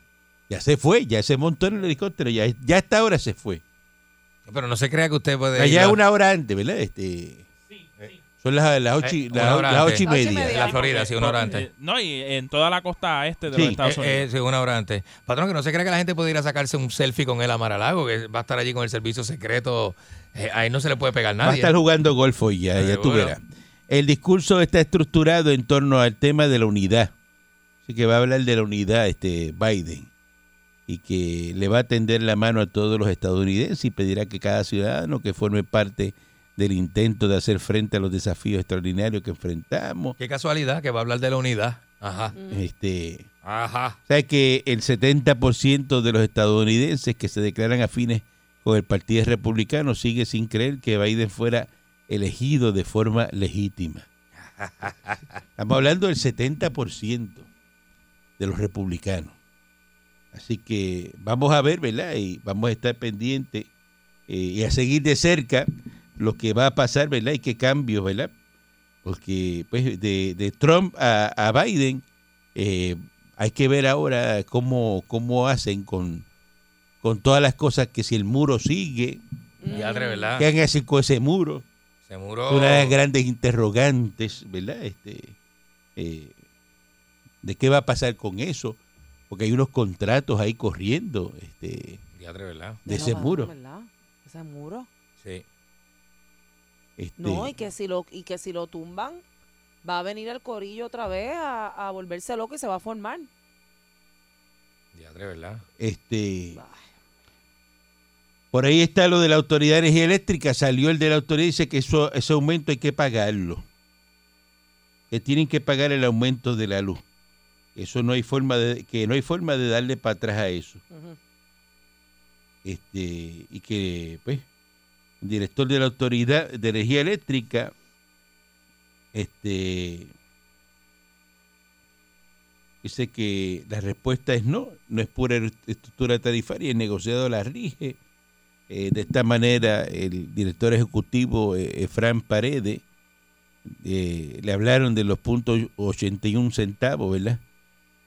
C: Ya se fue, ya se montó en el helicóptero, ya, ya hasta ahora se fue.
D: Pero no se crea que usted puede. ir
C: Allá
D: a-
C: una hora antes, ¿verdad? Este, son las, las ocho, y-
D: Eh,
C: las-
D: una hora
C: las
D: antes.
C: ocho y
B: Ocho y
C: media.
B: media.
D: En la Florida, sí, una hora antes.
E: Eh, No, y en toda la costa este de
C: Sí.
E: los Estados Unidos.
D: Eh, eh, sí, una hora antes. Patrón, que no se crea que la gente puede ir a sacarse un selfie con él a Maralago, que va a estar allí con el servicio secreto. Eh, ahí no se le puede pegar
C: Va a
D: nadie.
C: estar jugando golf hoy, ya, ya tú
D: Seguro.
C: verás. El discurso está estructurado en torno al tema de la unidad. Así que va a hablar de la unidad este Biden y que le va a tender la mano a todos los estadounidenses y pedirá que cada ciudadano que forme parte del intento de hacer frente a los desafíos extraordinarios que enfrentamos,
D: Qué casualidad que va a hablar de la unidad. Ajá.
C: este,
D: Ajá.
C: O sea que el 70% de los estadounidenses que se declaran afines con el Partido Republicano sigue sin creer que Biden fuera elegido de forma legítima. Estamos hablando del 70% de los republicanos. Así que vamos a ver, ¿verdad? Y vamos a estar pendientes eh, y a seguir de cerca lo que va a pasar, ¿verdad? Y qué cambios, ¿verdad? Porque pues, de, de Trump a, a Biden eh, hay que ver ahora cómo, cómo hacen con, con todas las cosas que si el muro sigue,
D: Ya ¿verdad?
C: qué van a hacer con ese muro.
D: Se muró.
C: Una de las grandes interrogantes, ¿verdad? Este, eh, de qué va a pasar con eso, porque hay unos contratos ahí corriendo este,
D: Diadre, ¿verdad?
C: de
B: Ya no
C: ese
B: va,
C: muro.
B: ¿verdad? Ese muro.
D: Sí.
C: Este,
B: No, y que si lo y que si lo tumban, va a venir el corillo otra vez a, a volverse loco y se va a formar.
D: Diadre, ¿verdad?
C: este,
B: Bah.
C: por ahí está lo de la Autoridad de Energía Eléctrica. Salió el de la autoridad y dice que eso, ese aumento hay que pagarlo. Que tienen que pagar el aumento de la luz. Eso no hay forma de, que no hay forma de darle para atrás a eso.
B: Ujú.
C: este y que pues el director de la autoridad de energía eléctrica este dice que la respuesta es no no es pura er- estructura tarifaria el negociado la rige Eh, de esta manera el director ejecutivo eh, Efraín Parede eh, le hablaron de los puntos 81 centavos verdad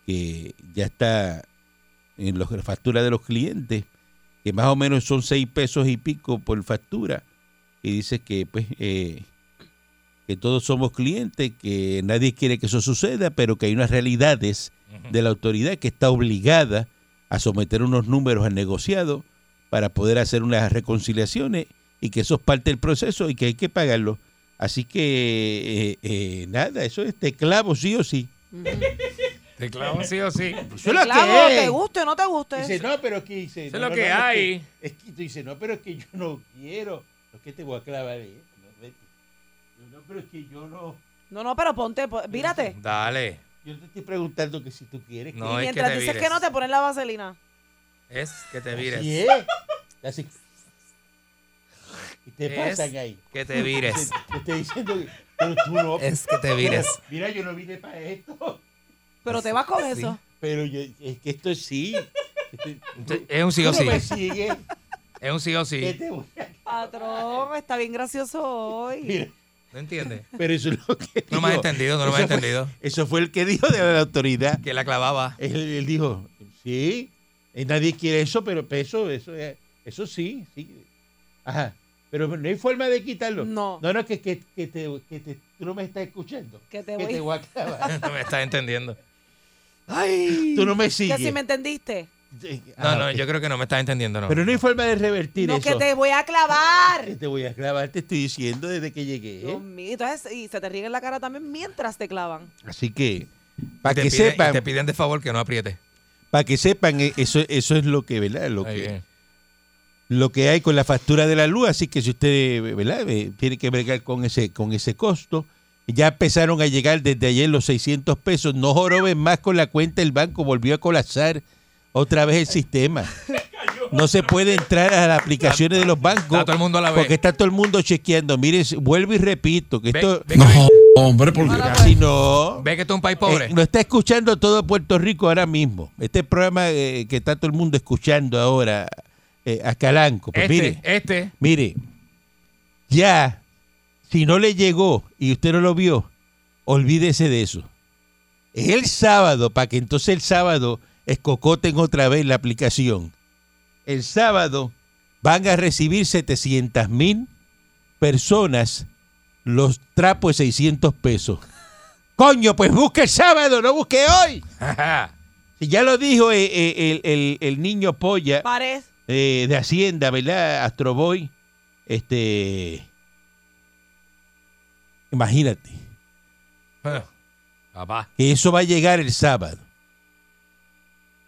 C: que ya está en los- la factura de los clientes que más o menos son seis pesos y pico por factura, y dice que pues eh, que todos somos clientes, que nadie quiere que eso suceda, pero que hay unas realidades de la autoridad que está obligada a someter unos números al negociado para poder hacer unas reconciliaciones y que eso es parte del proceso y que hay que pagarlo. Así que eh, eh, nada, eso es teclavo sí o sí.
D: Teclado sí o sí.
C: Eso es lo
B: Claro,
C: que es.
B: te guste o no te guste.
C: Dice, no, pero que dice.
D: Eso es
C: no,
D: lo
C: no,
D: que
C: no, es
D: hay.
C: que- Es que, tú dices, no, pero es que yo no quiero. ¿Por qué te voy a clavar ahí? No, vete. Yo, No, pero es que yo no.
B: No, no, pero ponte, po- vírate.
D: Dale.
C: Yo te estoy preguntando que si tú quieres. que-
D: No
B: y
D: es que
B: mientras
D: te
B: dices
D: vires.
B: que no te pones la vaselina.
D: Es que te
C: Así
D: vires.
C: es. Así. Y te
D: Es
C: pasan ahí.
D: que te vires.
C: Te, te estoy diciendo que. Pero tú no.
D: Es que te vires.
C: Mira, yo no vine para esto.
B: Pero te vas con
D: Sí.
B: eso.
C: Pero yo, es que esto es sí. Estoy-
D: Es un sí o
C: tú no
D: sí.
C: me sigues.
D: Es un sí o
C: ¿Qué
D: sí.
C: te voy a-
B: Patrón, está bien gracioso hoy.
C: Mira,
D: ¿No entiendes?
C: Pero eso es lo que.
D: No me has
C: dijo.
D: entendido, no me
C: Eso
D: has
C: fue-
D: entendido.
C: Eso fue el que dijo de la autoridad.
D: Que la clavaba.
C: Él, él dijo, sí, eh, nadie quiere eso, pero eso, eso, es- eso sí, sí. Ajá. Pero no hay forma de quitarlo.
B: No.
C: No, no, que, que, que te, que te- tú no me estás escuchando.
B: Que te
C: Que
B: voy.
C: te voy a clavar.
D: No me estás entendiendo. Ay.
C: Tú no me
B: Que
C: sigues.
B: si me entendiste.
C: Eh,
D: No,
C: ah,
D: no,
C: ok.
D: yo creo que no me estás entendiendo, no.
C: Pero no hay forma de revertir
B: No,
C: eso. ¿Eh?
B: que te voy a clavar.
C: Que te voy a clavar, te estoy diciendo desde que llegué.
B: Dios mío, entonces, y se te riega en la cara también mientras te clavan.
C: Así que, para
D: te
C: que
D: piden- y
C: sepan,
D: te piden de favor que no aprietes.
C: para que sepan, eh, eso, eso es lo que, ¿verdad? Lo
D: Ahí
C: que,
D: viene.
C: lo que hay con la factura de la luz, así que si usted ¿verdad? Eh, tiene que bregar con ese, con ese costo, ya empezaron a llegar desde ayer los 600 pesos, no joroben más con la cuenta del banco, volvió a colapsar otra vez el sistema. No se puede entrar a las aplicaciones de los bancos
D: Está todo el mundo a la vez.
C: porque está todo el mundo chequeando. Miren, vuelvo y repito que
D: Ve-
C: esto
D: ve, que,
A: hombre, por
B: Ahora,
C: así no.
D: ve que esto es un país pobre.
C: Eh, lo está escuchando todo Puerto Rico ahora mismo. Este programa eh, que está todo el mundo escuchando ahora eh, a Calanco. Pues
D: este,
C: mire,
D: este.
C: Mire, ya, si no le llegó y usted no lo vio, olvídese de eso. El sábado, para que entonces el sábado escocoten otra vez la aplicación. El sábado van a recibir 700 mil personas los trapos de 600 pesos. Coño, pues busque el sábado, no busque hoy.
D: Ajá.
C: Si ya lo dijo eh, eh, el, el- el niño polla
B: Pared.
C: eh, de Hacienda, ¿verdad? Astroboy. Este. Imagínate
D: Eh, Papá.
C: que eso va a llegar el sábado.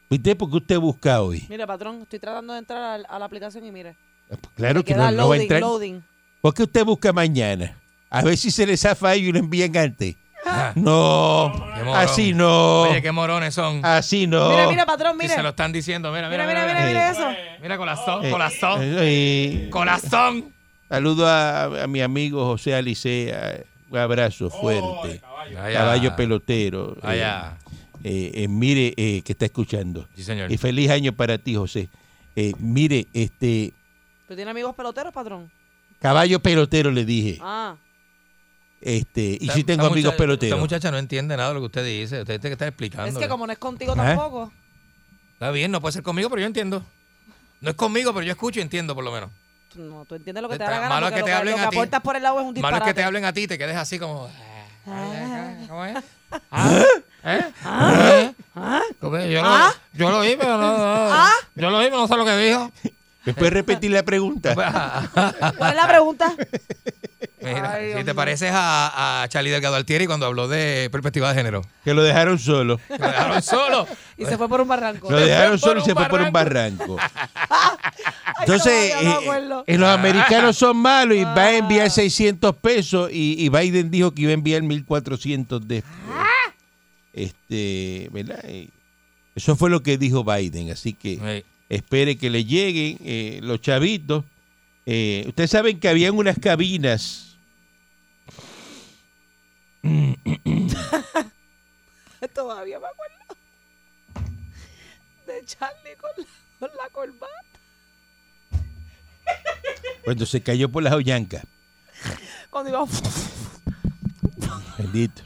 C: ¿Viste? Porque usted busca hoy. Ah,
B: Mire, patrón, estoy tratando de entrar al- a, la aplicación y mire.
C: pues Claro
B: me
C: que no,
B: queda
C: no va a
B: loading,
C: entrar.
B: loading.
C: ¿Por qué usted busca mañana? A ver si se le zafa ahí y lo envían antes.
B: Ah.
D: Ajá.
C: No,
D: Qué morón.
C: así no.
D: Ah. Oye, qué morones son.
C: Así no.
B: Mire, mire, patrón,
D: Si
B: mire.
D: Oh. se lo están diciendo. Mira,
B: Ah. Mira,
D: mira,
B: mira, mira,
C: mira.
B: mira eso.
D: Mira, corazón,
C: Eh,
D: corazón,
C: eh,
D: corazón.
C: saludo a, a mi amigo José Alicea. Un abrazo fuerte. Caballo pelotero. eh,
D: Allá.
C: eh, eh, mire eh, que está escuchando.
D: Sí, señor.
C: Y feliz año para ti, José. Eh, mire, este
B: ¿Tú tienes amigos peloteros, patrón?
C: caballo pelotero le dije.
B: Ah.
C: Este, y
D: Esta-
C: sí tengo
D: esta
C: amigos
D: mucha-
C: peloteros.
D: Esta muchacha no entiende nada de lo que usted dice. Usted tiene que estar explicando.
B: Es que como no es contigo
C: Ajá.
B: tampoco.
D: Está bien, no puede ser conmigo, pero yo entiendo. No es conmigo, pero yo escucho y entiendo por lo menos.
B: tú- No, tú entiendes lo que te da
D: Está-
B: la gana.
D: malo
B: porque
D: que
B: lo
D: te hablen
B: lo
D: a
B: que
D: ti.
B: aportas por el lado es un disparate.
D: Malo es que te hablen a ti y te quedes así como.
B: Ah.
D: ¿Cómo es? ¿Ah? ¿Eh? ¿Eh? ¿Cómo es? Yo, lo,
B: ¿Ah?
D: yo lo oí, pero no, no- Yo lo oí, pero no sé lo que dijo.
C: ¿Me puedes repetir la pregunta?
B: ¿Cuál es la pregunta?
D: Mira,
B: Ay, Dios
D: si te
B: mío.
D: pareces a, a Charlie Delgado Altieri cuando habló de perspectiva de género.
C: Que lo dejaron solo.
D: Lo dejaron solo.
B: Y se fue por un barranco.
C: Lo
D: fue
C: dejaron
D: por
C: solo y
D: un
C: se fue por un barranco.
B: Ay,
C: Entonces,
B: todavía no
C: eh,
B: acuerdo.
C: eh, los americanos son malos y va a enviar 600 pesos y, y Biden dijo que iba a enviar 1.400 después. Este, ¿verdad? Eh, Eso fue lo que dijo Biden, así que...
D: Sí.
C: espere que le lleguen eh, los chavitos. Eh, Ustedes saben que habían unas cabinas.
B: Todavía me acuerdo. De Charlie con la, con la corbata.
C: Cuando se cayó por las hoyancas.
B: Cuando iba.
C: Bendito.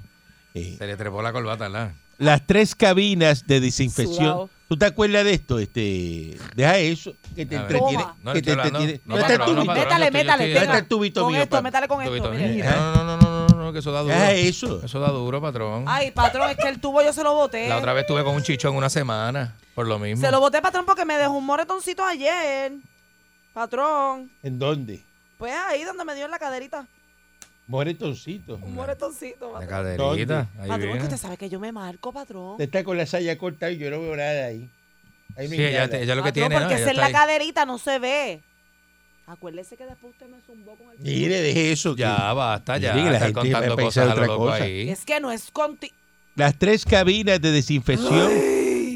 C: Eh,
D: Se le trepó la corbata, ¿verdad?
C: las tres cabinas de desinfección.
B: Sudado.
C: ¿Tú te acuerdas de esto? Este, deja eso. Que te
D: A ver.
C: entretiene.
B: Toma.
D: No,
C: que
D: le
C: te
D: estoy hablando.
C: entretiene.
D: No,
C: No está el
D: no, no,
C: tubito.
D: no,
B: métale,
D: yo estoy- yo estoy-
B: métale. venga.
C: Está el tubito
B: Con
C: mío,
B: esto,
C: papi.
B: métale con esto.
D: Tubito,
B: mire.
D: mira.
C: mira.
D: No, no, no, no, no, no, que eso da duro.
C: Deja eso.
D: Eso da duro, patrón.
B: Ay, patrón, es que el tubo yo se lo boté.
D: La otra vez estuve con un chichón una semana, por lo mismo.
B: Se lo boté, patrón, porque me dejó un moretoncito ayer. Patrón.
C: ¿En dónde?
B: Pues ahí donde me dio en la caderita.
C: Moretoncito.
B: Un moretoncito,
D: La
B: patrón.
D: caderita. Ahí
B: Patrón, es
D: viene.
B: que usted sabe que yo me marco, patrón.
C: Usted está con la saya corta y yo no veo nada ahí. Ahí no
D: Sí,
C: hay
D: ella,
C: nada.
D: te- ella lo que
B: Patrón,
D: tiene, ¿no?
B: porque
D: Ella
B: si en
D: está
B: la
D: ahí.
B: caderita no se ve. Acuérdese que después usted me zumbó con el
C: Mire, deje eso. que-
D: Ya, basta, ya.
C: Mire, la
D: estar
C: gente
D: contando
C: va a pensar
D: cosas a lo
C: otra
D: loco
C: cosa.
D: ahí.
B: Es que no es contigo.
C: las tres cabinas de desinfección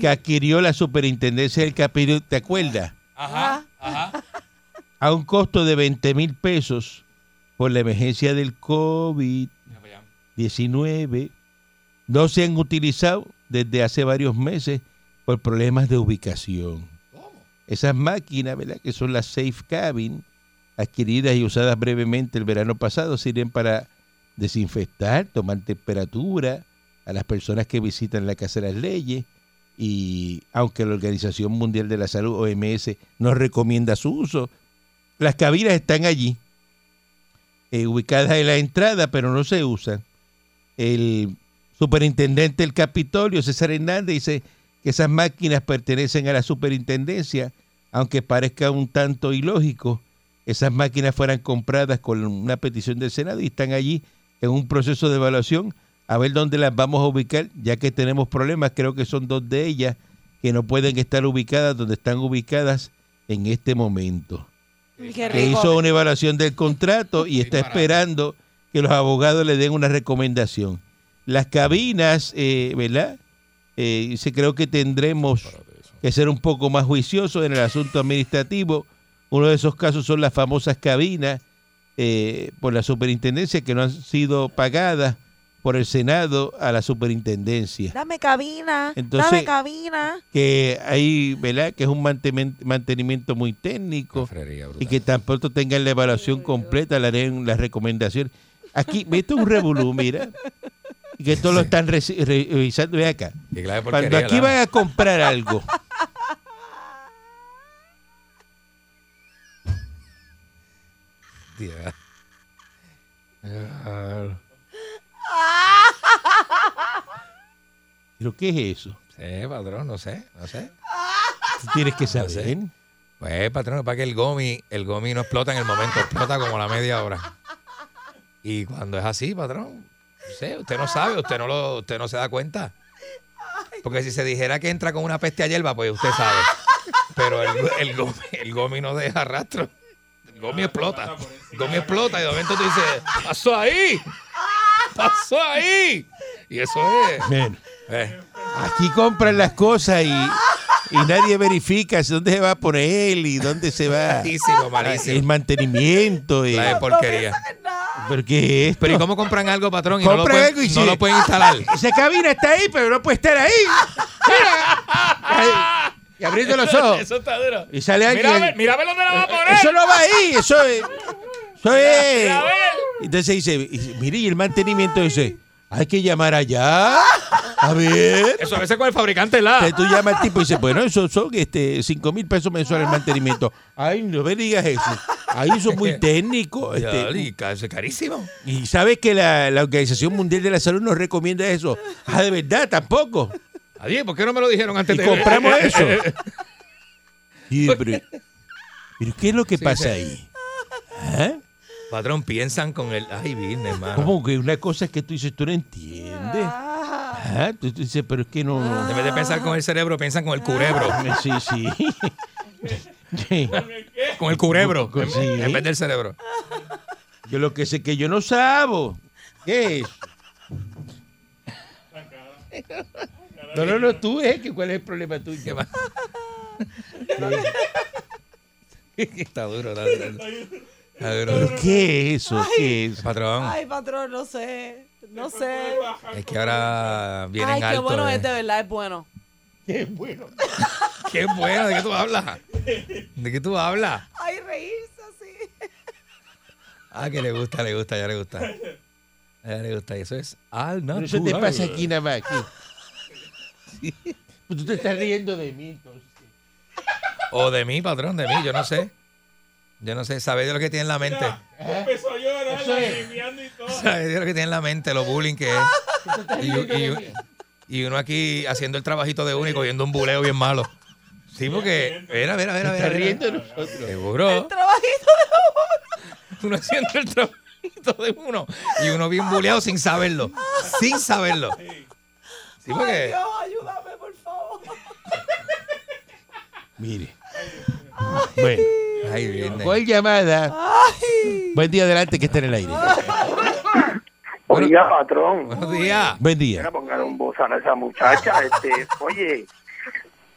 C: que adquirió la superintendencia del Capitolio, ¿te acuerdas?
D: Ajá, ajá.
C: A un costo de 20 mil pesos por la emergencia del COVID-19,
D: Mira para allá.
C: no se han utilizado desde hace varios meses por problemas de ubicación. Esas máquinas, ¿verdad? Que son las Safe Cabin, adquiridas y usadas brevemente el verano pasado, sirven para desinfectar, tomar temperatura a las personas que visitan la Casa de las Leyes. Y aunque la Organización Mundial de la Salud, OMS, no recomienda su uso, las cabinas están allí, eh, ubicadas en la entrada, pero no se usan. El superintendente del Capitolio, César Hernández, dice que esas máquinas pertenecen a la superintendencia, aunque parezca un tanto ilógico, esas máquinas fueran compradas con una petición del Senado y están allí en un proceso de evaluación a ver dónde las vamos a ubicar, ya que tenemos problemas, creo que son dos de ellas que no pueden estar ubicadas donde están ubicadas en este momento.
B: Qué
C: Que
B: rico.
C: hizo una evaluación del contrato y está
D: disparate.
C: esperando que los abogados le den una recomendación. Las cabinas, eh, ¿verdad? Eh, dice, creo que tendremos que ser un poco más juiciosos en el asunto administrativo. Uno de esos casos son las famosas cabinas eh, por la superintendencia que no han sido pagadas por el Senado a la superintendencia.
B: Dame cabina,
C: Entonces-
B: dame cabina.
C: Que hay, ¿verdad? Que es un mantemen- mantenimiento muy técnico
D: Cofrería brutal.
C: y que tan pronto tengan la evaluación completa, le haré las recomendaciones. Aquí, viste un revolú, mira. Y que todos lo están reci- re- revisando. Ve acá.
D: Qué clave de
C: Cuando
D: porquería,
C: aquí
D: Lama.
C: van a comprar algo,
D: Tía. Ah,
C: ¿pero qué es eso?
D: Sí, patrón, no sé, no sé.
C: Tú tienes que saber.
D: sé. Pues, patrón, para que el gomi, el gomi no explota en el momento, explota como a la media hora. Y cuando es así, patrón, no sé, usted no sabe, usted no lo, usted no se da cuenta. Porque si se dijera que entra con una peste a hierba, pues usted sabe. Pero el, el, gomi, el gomi no deja rastro. El gomi explota. El gomi explota y de momento tú dices, ¡pasó ahí! ¡Pasó ahí! Y eso es.
C: Bueno,
D: eh,
C: aquí compran las cosas y, y nadie verifica si dónde se va a poner y dónde se va. Ah,
D: malísimo,
C: El
D: malísimo.
C: mantenimiento. y-
D: La de porquería.
C: ¿Pero qué es esto?
D: Pero ¿y cómo compran algo, patrón? Y no lo
C: Compran
D: pueden,
C: algo y
D: no
C: se-
D: lo pueden instalar.
C: Esa cabina está ahí, pero no puede estar ahí. Mira. Y abriendo los ojos.
E: Eso está duro.
C: Y sale alguien. Eh,
E: Mira a ver, mira a ver dónde la va a poner.
C: Eso no va ahí, eso es. Eso es.
E: mira, a ver.
C: Entonces dice, y- mire, y el mantenimiento dice, hay que llamar allá. A ver.
D: Eso a veces con el fabricante la.
C: Entonces tú llamas al tipo y dices, bueno, eso son este, 5 mil pesos mensuales el mantenimiento. Ay, no me digas eso. Ahí eso es muy técnico. este,
D: Ah, Y ca- eso es carísimo.
C: y sabes que la, la Organización Mundial de la Salud nos recomienda eso. Ah, de verdad, tampoco.
D: Adiós, ¿por qué no me lo dijeron antes
C: Y
D: de
C: compramos eso. Y, pero, pero ¿qué es lo que pasa ahí? ¿Ah?
D: Patrón, piensan con el. Ay, business, hermano.
C: ¿Cómo que una cosa es que tú dices, tú no entiendes? Ah, tú, tú dices, pero es que no. no.
D: En vez de pensar con el cerebro, piensan con el curebro.
C: Sí, sí. Sí.
D: Con el curebro.
C: Con-
D: en,
C: sí.
D: en vez del cerebro.
C: Yo lo que sé es que yo no sabo. ¿Qué es? No, no, no, tú es que cuál es el problema
D: ¿Qué
C: tuyo.
D: más? está duro, está duro. Está
C: ¿Pero
D: duro.
C: qué es eso? ¿Qué es?
D: Patrón,
B: Ay, patrón, no sé, no sé.
D: es que ahora vienen
B: Ay, qué
D: alto,
B: bueno
D: eh.
B: es, de verdad, es bueno.
D: Qué bueno, ¿de qué tú hablas? ¿De qué tú hablas?
B: Ay, reírse así.
D: Ah, que le gusta, le gusta, ya le gusta. Ya le gusta, eso es al
C: Pero eso te
D: natural.
C: pasa aquí nada más. aquí. Pues tú te estás riendo de mí, entonces.
D: O de mí, patrón, de mí, yo no sé. Yo no sé, sabéis de lo que tiene en la mente.
E: Empezó a llorar,
C: Eso es.
E: lagrimeando y todo.
D: Sabéis de lo que tiene en la mente, lo bullying que es. Y, y- y uno aquí haciendo el trabajito de uno y cogiendo un buleo bien malo. Sí, porque. Mira, mira, mira,
C: Estás
D: mira.
C: riendo de
D: mira.
C: nosotros.
D: Seguro.
B: Trabajito
D: Uno haciendo el trabajito de uno. Y uno bien buleado sin saberlo. Sin saberlo. Sí,
B: de
D: porque.
B: Dios, ayúdame, por favor.
C: Mire. Bueno,
D: Ay, bien.
C: ¿cuál llamada?
B: Ay.
C: Buen día adelante que está en el aire.
F: Oiga, patrón,
D: Buenos días.
C: Buen día.
F: mira, pongan un bozal a esa muchacha. Este, oye,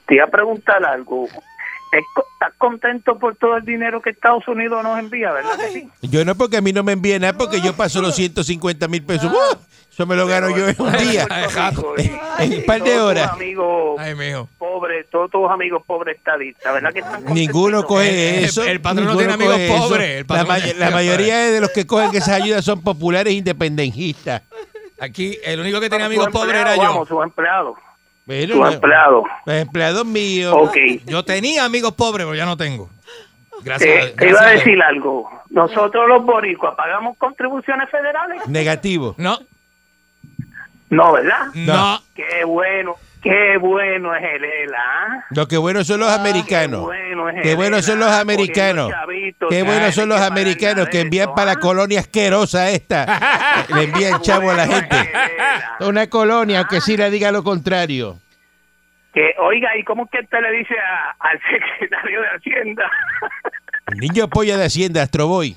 F: te iba a preguntar algo. ¿Es co- ¿Estás contento por todo el dinero que Estados Unidos nos envía, verdad que sí?
C: Yo no, porque a mí no me envían nada, porque yo paso los 150 mil pesos. ¡Uh! Eso me lo gano yo en un día. ah, En un par de horas.
G: este, Amigos
D: Ay, mijo.
G: pobres, todos tus amigos pobres estadistas, ¿verdad que están
C: Ninguno
G: contentos?
C: coge
D: El-
C: eso.
D: el- el patrón no
C: ninguno
D: tiene amigos
C: coge eso.
D: pobres, el
C: La,
D: patrón
C: may-
D: tiene
C: la
D: amigos
C: mayoría de los que cogen esas ayudas son populares e independentistas.
D: Aquí el único que tenía
G: Sus
D: amigos pobres era
G: empleados,
D: yo.
G: Vamos, sus empleados.
C: Bueno,
G: Sus
C: no-
G: empleados.
C: los empleados míos.
G: Ok.
D: Yo tenía amigos pobres, pero ya no tengo. Gracias.
G: Te, Eh, te
D: gracias
G: iba a
D: Dios.
G: decir algo. Nosotros los boricuas pagamos contribuciones federales.
C: Negativo.
D: No,
G: No, ¿verdad?
D: no.
G: Qué bueno, qué bueno es el ELA. ¿ah?
C: Lo que bueno son los americanos.
G: bueno es
C: Qué
G: el
C: buenos son los
G: ELA,
C: americanos.
G: cogiendo chavitos,
C: Qué
G: ya,
C: buenos
G: hay
C: son
G: que
C: los
G: pagar
C: americanos
G: nada
C: que
G: de
C: envían
G: eso,
C: para
G: ¿ah?
C: la colonia asquerosa esta. Le envían chavo a la
G: Bueno,
C: gente.
G: ELA.
C: Una colonia, aunque sí la diga lo contrario.
G: Que, oiga, ¿y cómo es que usted le dice a- al secretario de Hacienda?
C: El niño polla de Hacienda, Astroboy.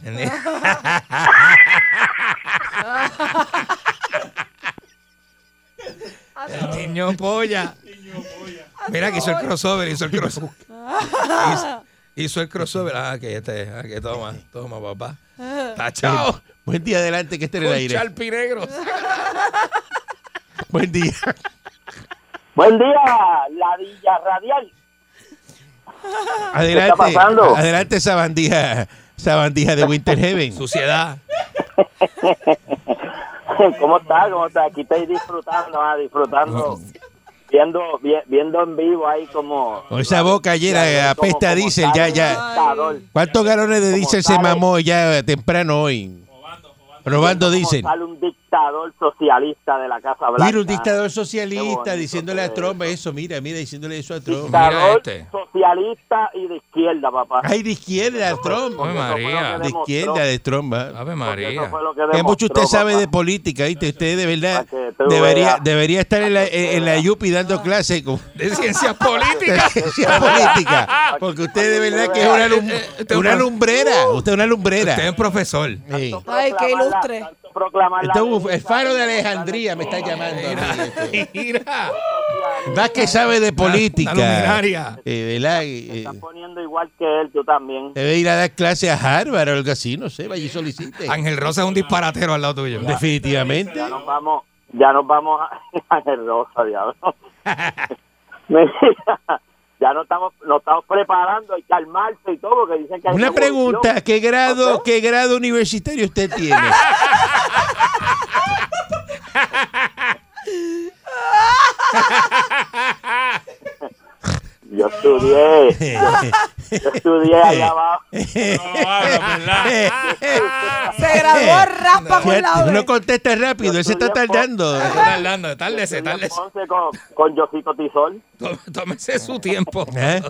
D: Niño polla. Mira que hizo el crossover, hizo el crossover. Hizo, hizo el crossover. Ah, que este, ah, que toma, toma, papá. Tachao.
C: Buen día adelante que esté en el
D: Un
C: aire.
D: charpinegro.
C: Buen día.
G: Buen día, la Villa Radial.
C: Adelante.
G: pasando?
C: Adelante esa bandija, esa bandija de Winter Heaven.
D: Suciedad.
F: ¿Cómo está? ¿Cómo está? Aquí estoy disfrutando, ah, disfrutando, viendo, vi- viendo en vivo ahí como...
C: Con esa boca llena de
F: como-
C: apesta a
F: como
C: diésel, ya,
F: sale el
C: ya.
F: pescador,
C: ¿Cuántos galones de
F: Como
C: diésel se
F: sale-
C: mamó ya temprano hoy? Robando
F: como
C: diésel.
F: sale un dictador socialista de la Casa Blanca.
C: Mira, un dictador
F: Qué
C: socialista
F: bonito
C: diciéndole
F: se
C: a
F: ve
C: Trump eso, mira, mira, diciéndole eso a Trump.
F: Dictador
D: Mira este.
F: socialista y de izquierda, papá.
C: Ay, de izquierda, Trump.
D: Ave María.
C: De izquierda, de Trump. ¿ah?
D: Ave
F: Porque eso
D: María.
F: fue lo que
C: Que mucho
F: demostró,
C: usted sabe
F: papá.
C: de política, ¿viste? Usted de verdad
F: Para que tú
C: debería,
F: veas.
C: debería estar en la, en la Yupi
F: Ah.
C: dando clases con
D: De ciencias políticas.
C: ciencia política. Porque usted de verdad que es una, lum-
F: Eh,
C: una lumbrera.
F: Uh.
C: Usted es una lumbrera.
D: Usted es un profesor.
C: Sí.
B: Ay, qué
F: Proclamar la-
B: ilustre.
F: proclamar la
C: Este es un-
F: derecha
C: el faro de
F: socialista.
C: Alejandría me está llamando. a mí, este.
D: Mira.
C: Más que sabe de política.
D: La luminaria.
C: Eh, ¿verdad? Eh,
F: Estás poniendo igual que él, tú también.
C: debe ir a dar clases a Harvard o algo así, no sé, vaya y solicite.
D: Ángel Rosa es un disparatero al lado tuyo.
C: Ah, Definitivamente.
F: Ya nos vamos, ya nos vamos a, a Rosa, diablo. Mira, ya nos estamos, nos estamos preparando y calmarse y todo, porque dicen que hay
C: Una
F: revolución.
C: pregunta, ¿qué grado, qué grado universitario usted tiene?
F: Yo estudié, yo estudié allá abajo.
H: No, habla, ¿verdad?
B: Se graduó raspa con la
C: no
B: obra.
C: conteste rápido, él se está tardando.
D: Está tardando, tárdese,
F: Estudié en
D: tárdese.
F: Ponce con, con Yosito Tizol.
D: Tó- Tómese su tiempo.
C: ¿Eh?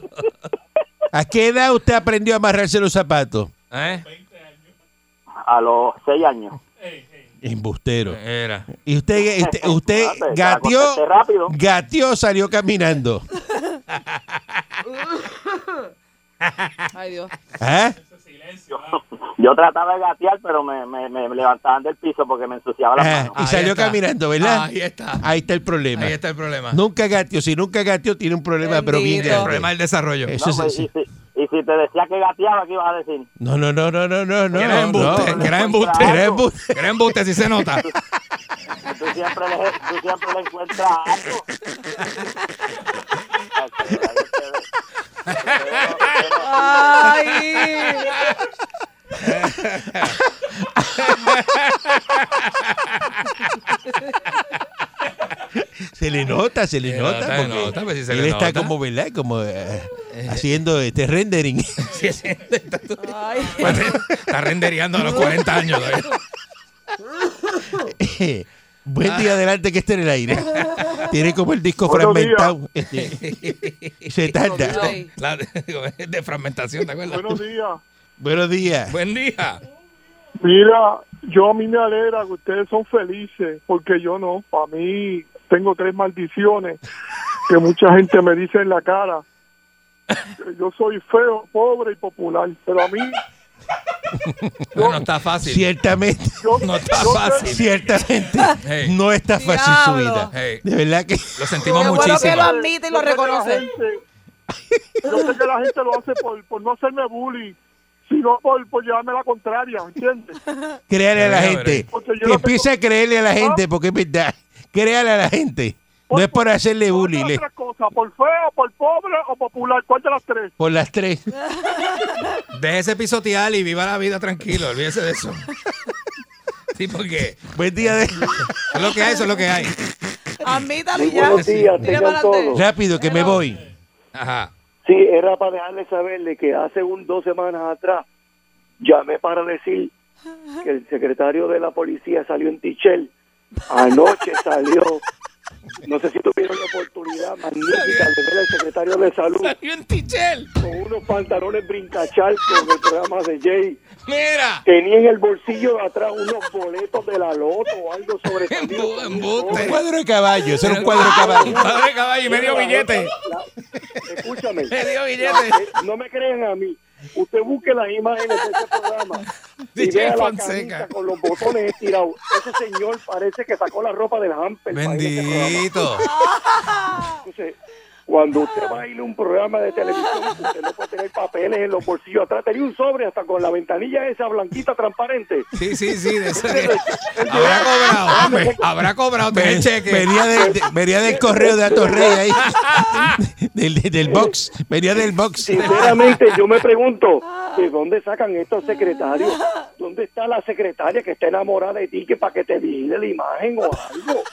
C: ¿A qué edad usted aprendió a amarrarse los zapatos?
D: ¿Eh?
F: a los seis años.
C: Embustero.
D: Era.
C: Y usted, usted, usted
F: Ah, pues, ya
C: gateó,
F: contesté rápido.
C: gateó, salió caminando.
B: Ay, Dios.
C: ¿Ah?
F: Yo trataba de gatear, pero me, me, me levantaban del piso porque me ensuciaba las
C: Ah,
F: manos.
C: y
D: Ahí
C: salió
D: está.
C: caminando, ¿verdad?
D: Ahí está.
C: Ahí está el problema.
D: Ahí está el problema.
C: Nunca gateó. Si nunca gateó, tiene un problema, pero bien
D: El
B: Bendito.
C: grande.
D: Ah. problema del desarrollo.
C: Eso
F: No,
C: es
F: pues,
C: así.
F: y, si, y si te decía que gateaba, ¿qué ibas a decir?
C: No, no, no, no, no, no. no,
D: Gran embuste,
C: no.
D: gran embuste.
C: Era
F: Era
C: embuste.
D: Gran embuste, si se nota.
F: Tú siempre le, tú siempre le encuentras algo. Ah.
B: Ay.
C: Se le nota, se le
D: Se
C: nota.
D: nota, se
C: porque
D: nota, pues, si se
C: él
D: le
C: está
D: nota.
C: como, ¿verdad? Como eh, haciendo este rendering.
D: Sí, sí, está,
B: Ay.
D: Pues, está rendereando a los 40 años. todavía.
C: Buen día adelante que esté en el aire. Tiene como el disco fragmentado. Este, se tarda.
B: Ay.
D: La- digo, es de fragmentación, ¿te acuerdas?
I: días.
C: Buenos días.
D: Buen día.
I: Mira, yo a mí me alegra que ustedes son felices, porque yo no. Para mí tengo tres maldiciones que mucha gente me dice en la cara. Que Yo soy feo, pobre y popular, pero a mí
D: No, no está fácil.
C: Ciertamente.
I: yo,
D: No está
I: yo
D: fácil.
C: Ciertamente
D: Hey.
C: no está fácil su
B: Diablo.
C: vida.
D: Hey.
C: De verdad que
D: Lo sentimos
B: Qué bueno que
D: muchísimo.
B: lo admite y
I: yo
B: lo
I: sé que la
B: reconoce.
I: gente- Yo sé que la gente lo hace por, por no hacerme bullying. Si
G: sino por, por llevarme la contraria, ¿me entiendes?
C: Créale a la
D: Ya
C: gente.
D: veré.
G: Porque yo
C: Que
G: no
C: empiece a creerle a la
F: ¿Ah?
C: gente, porque es verdad. Créale a la gente. No es por hacerle
G: ¿Cuál de
C: bullying,
G: las
C: es
G: tres cosas? ¿Por feo, por pobre o popular? ¿Cuál de las tres?
C: por las tres.
D: Déjese pisotear y viva la vida tranquilo, olvídese de eso. Sí, porque
C: Buen día de...
D: es lo que hay, eso es lo que hay.
B: Admítalo
F: Muy
B: ya.
F: buenos días,
B: Mira
F: tengan
B: para
F: todos.
B: adelante.
C: Rápido, que me voy.
D: Ajá.
F: Sí, era para dejarle saberle que hace un dos semanas atrás llamé para decir que el secretario de la policía salió en Tichel. Anoche salió. No sé si tuvieron la oportunidad magnífica de ver al secretario de salud
D: Salió en Tichel.
F: con unos pantalones brincacharcos del programa de Jay.
D: Mira.
F: Tenía en el bolsillo de atrás unos boletos de la loto o algo sobre
D: Embu- embuste.
C: Un cuadro de caballo, eso era un cuadro de caballo.
D: Padre caballo y medio billete.
F: Escúchame.
D: Medio billete.
F: Eh, no me crean a mí. Usted busque las imágenes de ese programa y
D: DJ
F: vea la
D: Fonseca.
F: camisa con los botones estirados. Ese señor parece que sacó la ropa del hamper. para ir a ese programa.
D: Bendito.
F: Entonces, cuando usted va a ir a un programa de televisión, usted no puede tener papeles en los bolsillos atrás. Tenía un sobre hasta con la ventanilla esa blanquita transparente.
D: Sí, sí, sí, de esa que- Habrá cobrado, hombre. Habrá cobrado, tiene
C: Ven-
D: el cheque.
C: Venía, de- de- venía del correo de Atorrey ahí. Del, del box. Venía del box.
F: Sinceramente, yo me pregunto, ¿de dónde sacan estos secretarios? ¿Dónde está la secretaria que está enamorada de ti que para que te vigile la imagen o algo?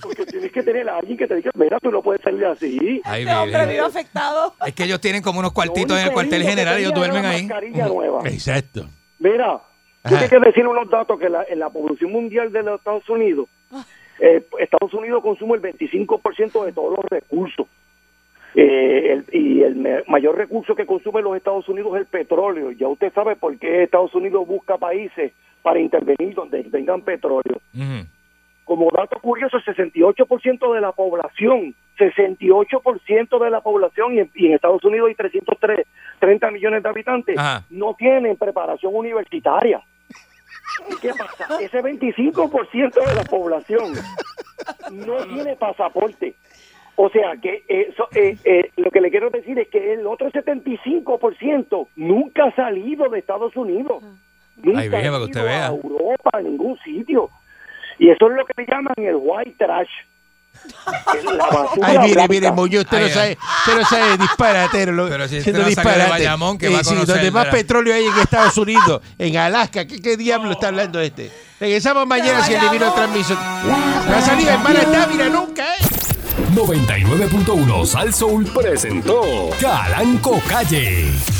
F: Porque tienes que tener a alguien que te diga, mira, tú no puedes salir así.
D: Ay,
B: Este hombre
D: virgen.
B: vive afectado.
D: Es que ellos tienen como unos cuartitos
F: Lo
D: en el
F: único
D: cuartel
F: lindo que
D: general, ellos
F: tenía era
D: duermen
F: la
D: ahí.
F: mascarilla nueva.
C: Exacto.
F: Mira, yo
C: Ajá.
F: tengo que decir unos datos que la- en la población mundial de los Estados Unidos, eh, Estados Unidos consume el 25% de todos los recursos. Eh, el- y el me- mayor recurso que consume los Estados Unidos es el petróleo. Ya usted sabe por qué Estados Unidos busca países para intervenir donde vengan petróleo.
D: Ujú.
F: Como dato curioso, el 68% de la población, 68% de la población, y en, y en Estados Unidos hay 330 millones de habitantes,
D: Ajá.
F: no tienen preparación universitaria. ¿Y qué pasa? Ese 25% de la población no tiene pasaporte. O sea, que eso, eh, eh, lo que le quiero decir es que el otro 75% nunca ha salido de Estados Unidos. Nunca
D: Ay, virgen, para
F: ha
D: que usted
F: ido
D: vea.
F: a Europa, a ningún sitio. Y eso es lo que le llaman el white trash. Es la basura
C: Ay, mire,
F: blanca.
C: mire, Muñoz, usted
D: Ay,
C: lo
D: ay.
C: sabe, usted lo sabe, disparatero. Lo,
D: Pero si usted
C: siendo Eh,
D: lo saca de Bayamón, que va a
C: sí,
D: conocer,
C: donde más
D: ¿verdad?
C: petróleo hay en Estados Unidos, en Alaska, ¿qué, qué diablo está hablando este? Regresamos mañana si el divino transmisión. Va a salir hermana Dávila nunca, ¿eh?
A: 99.1 Sal Soul presentó Calanco Calle.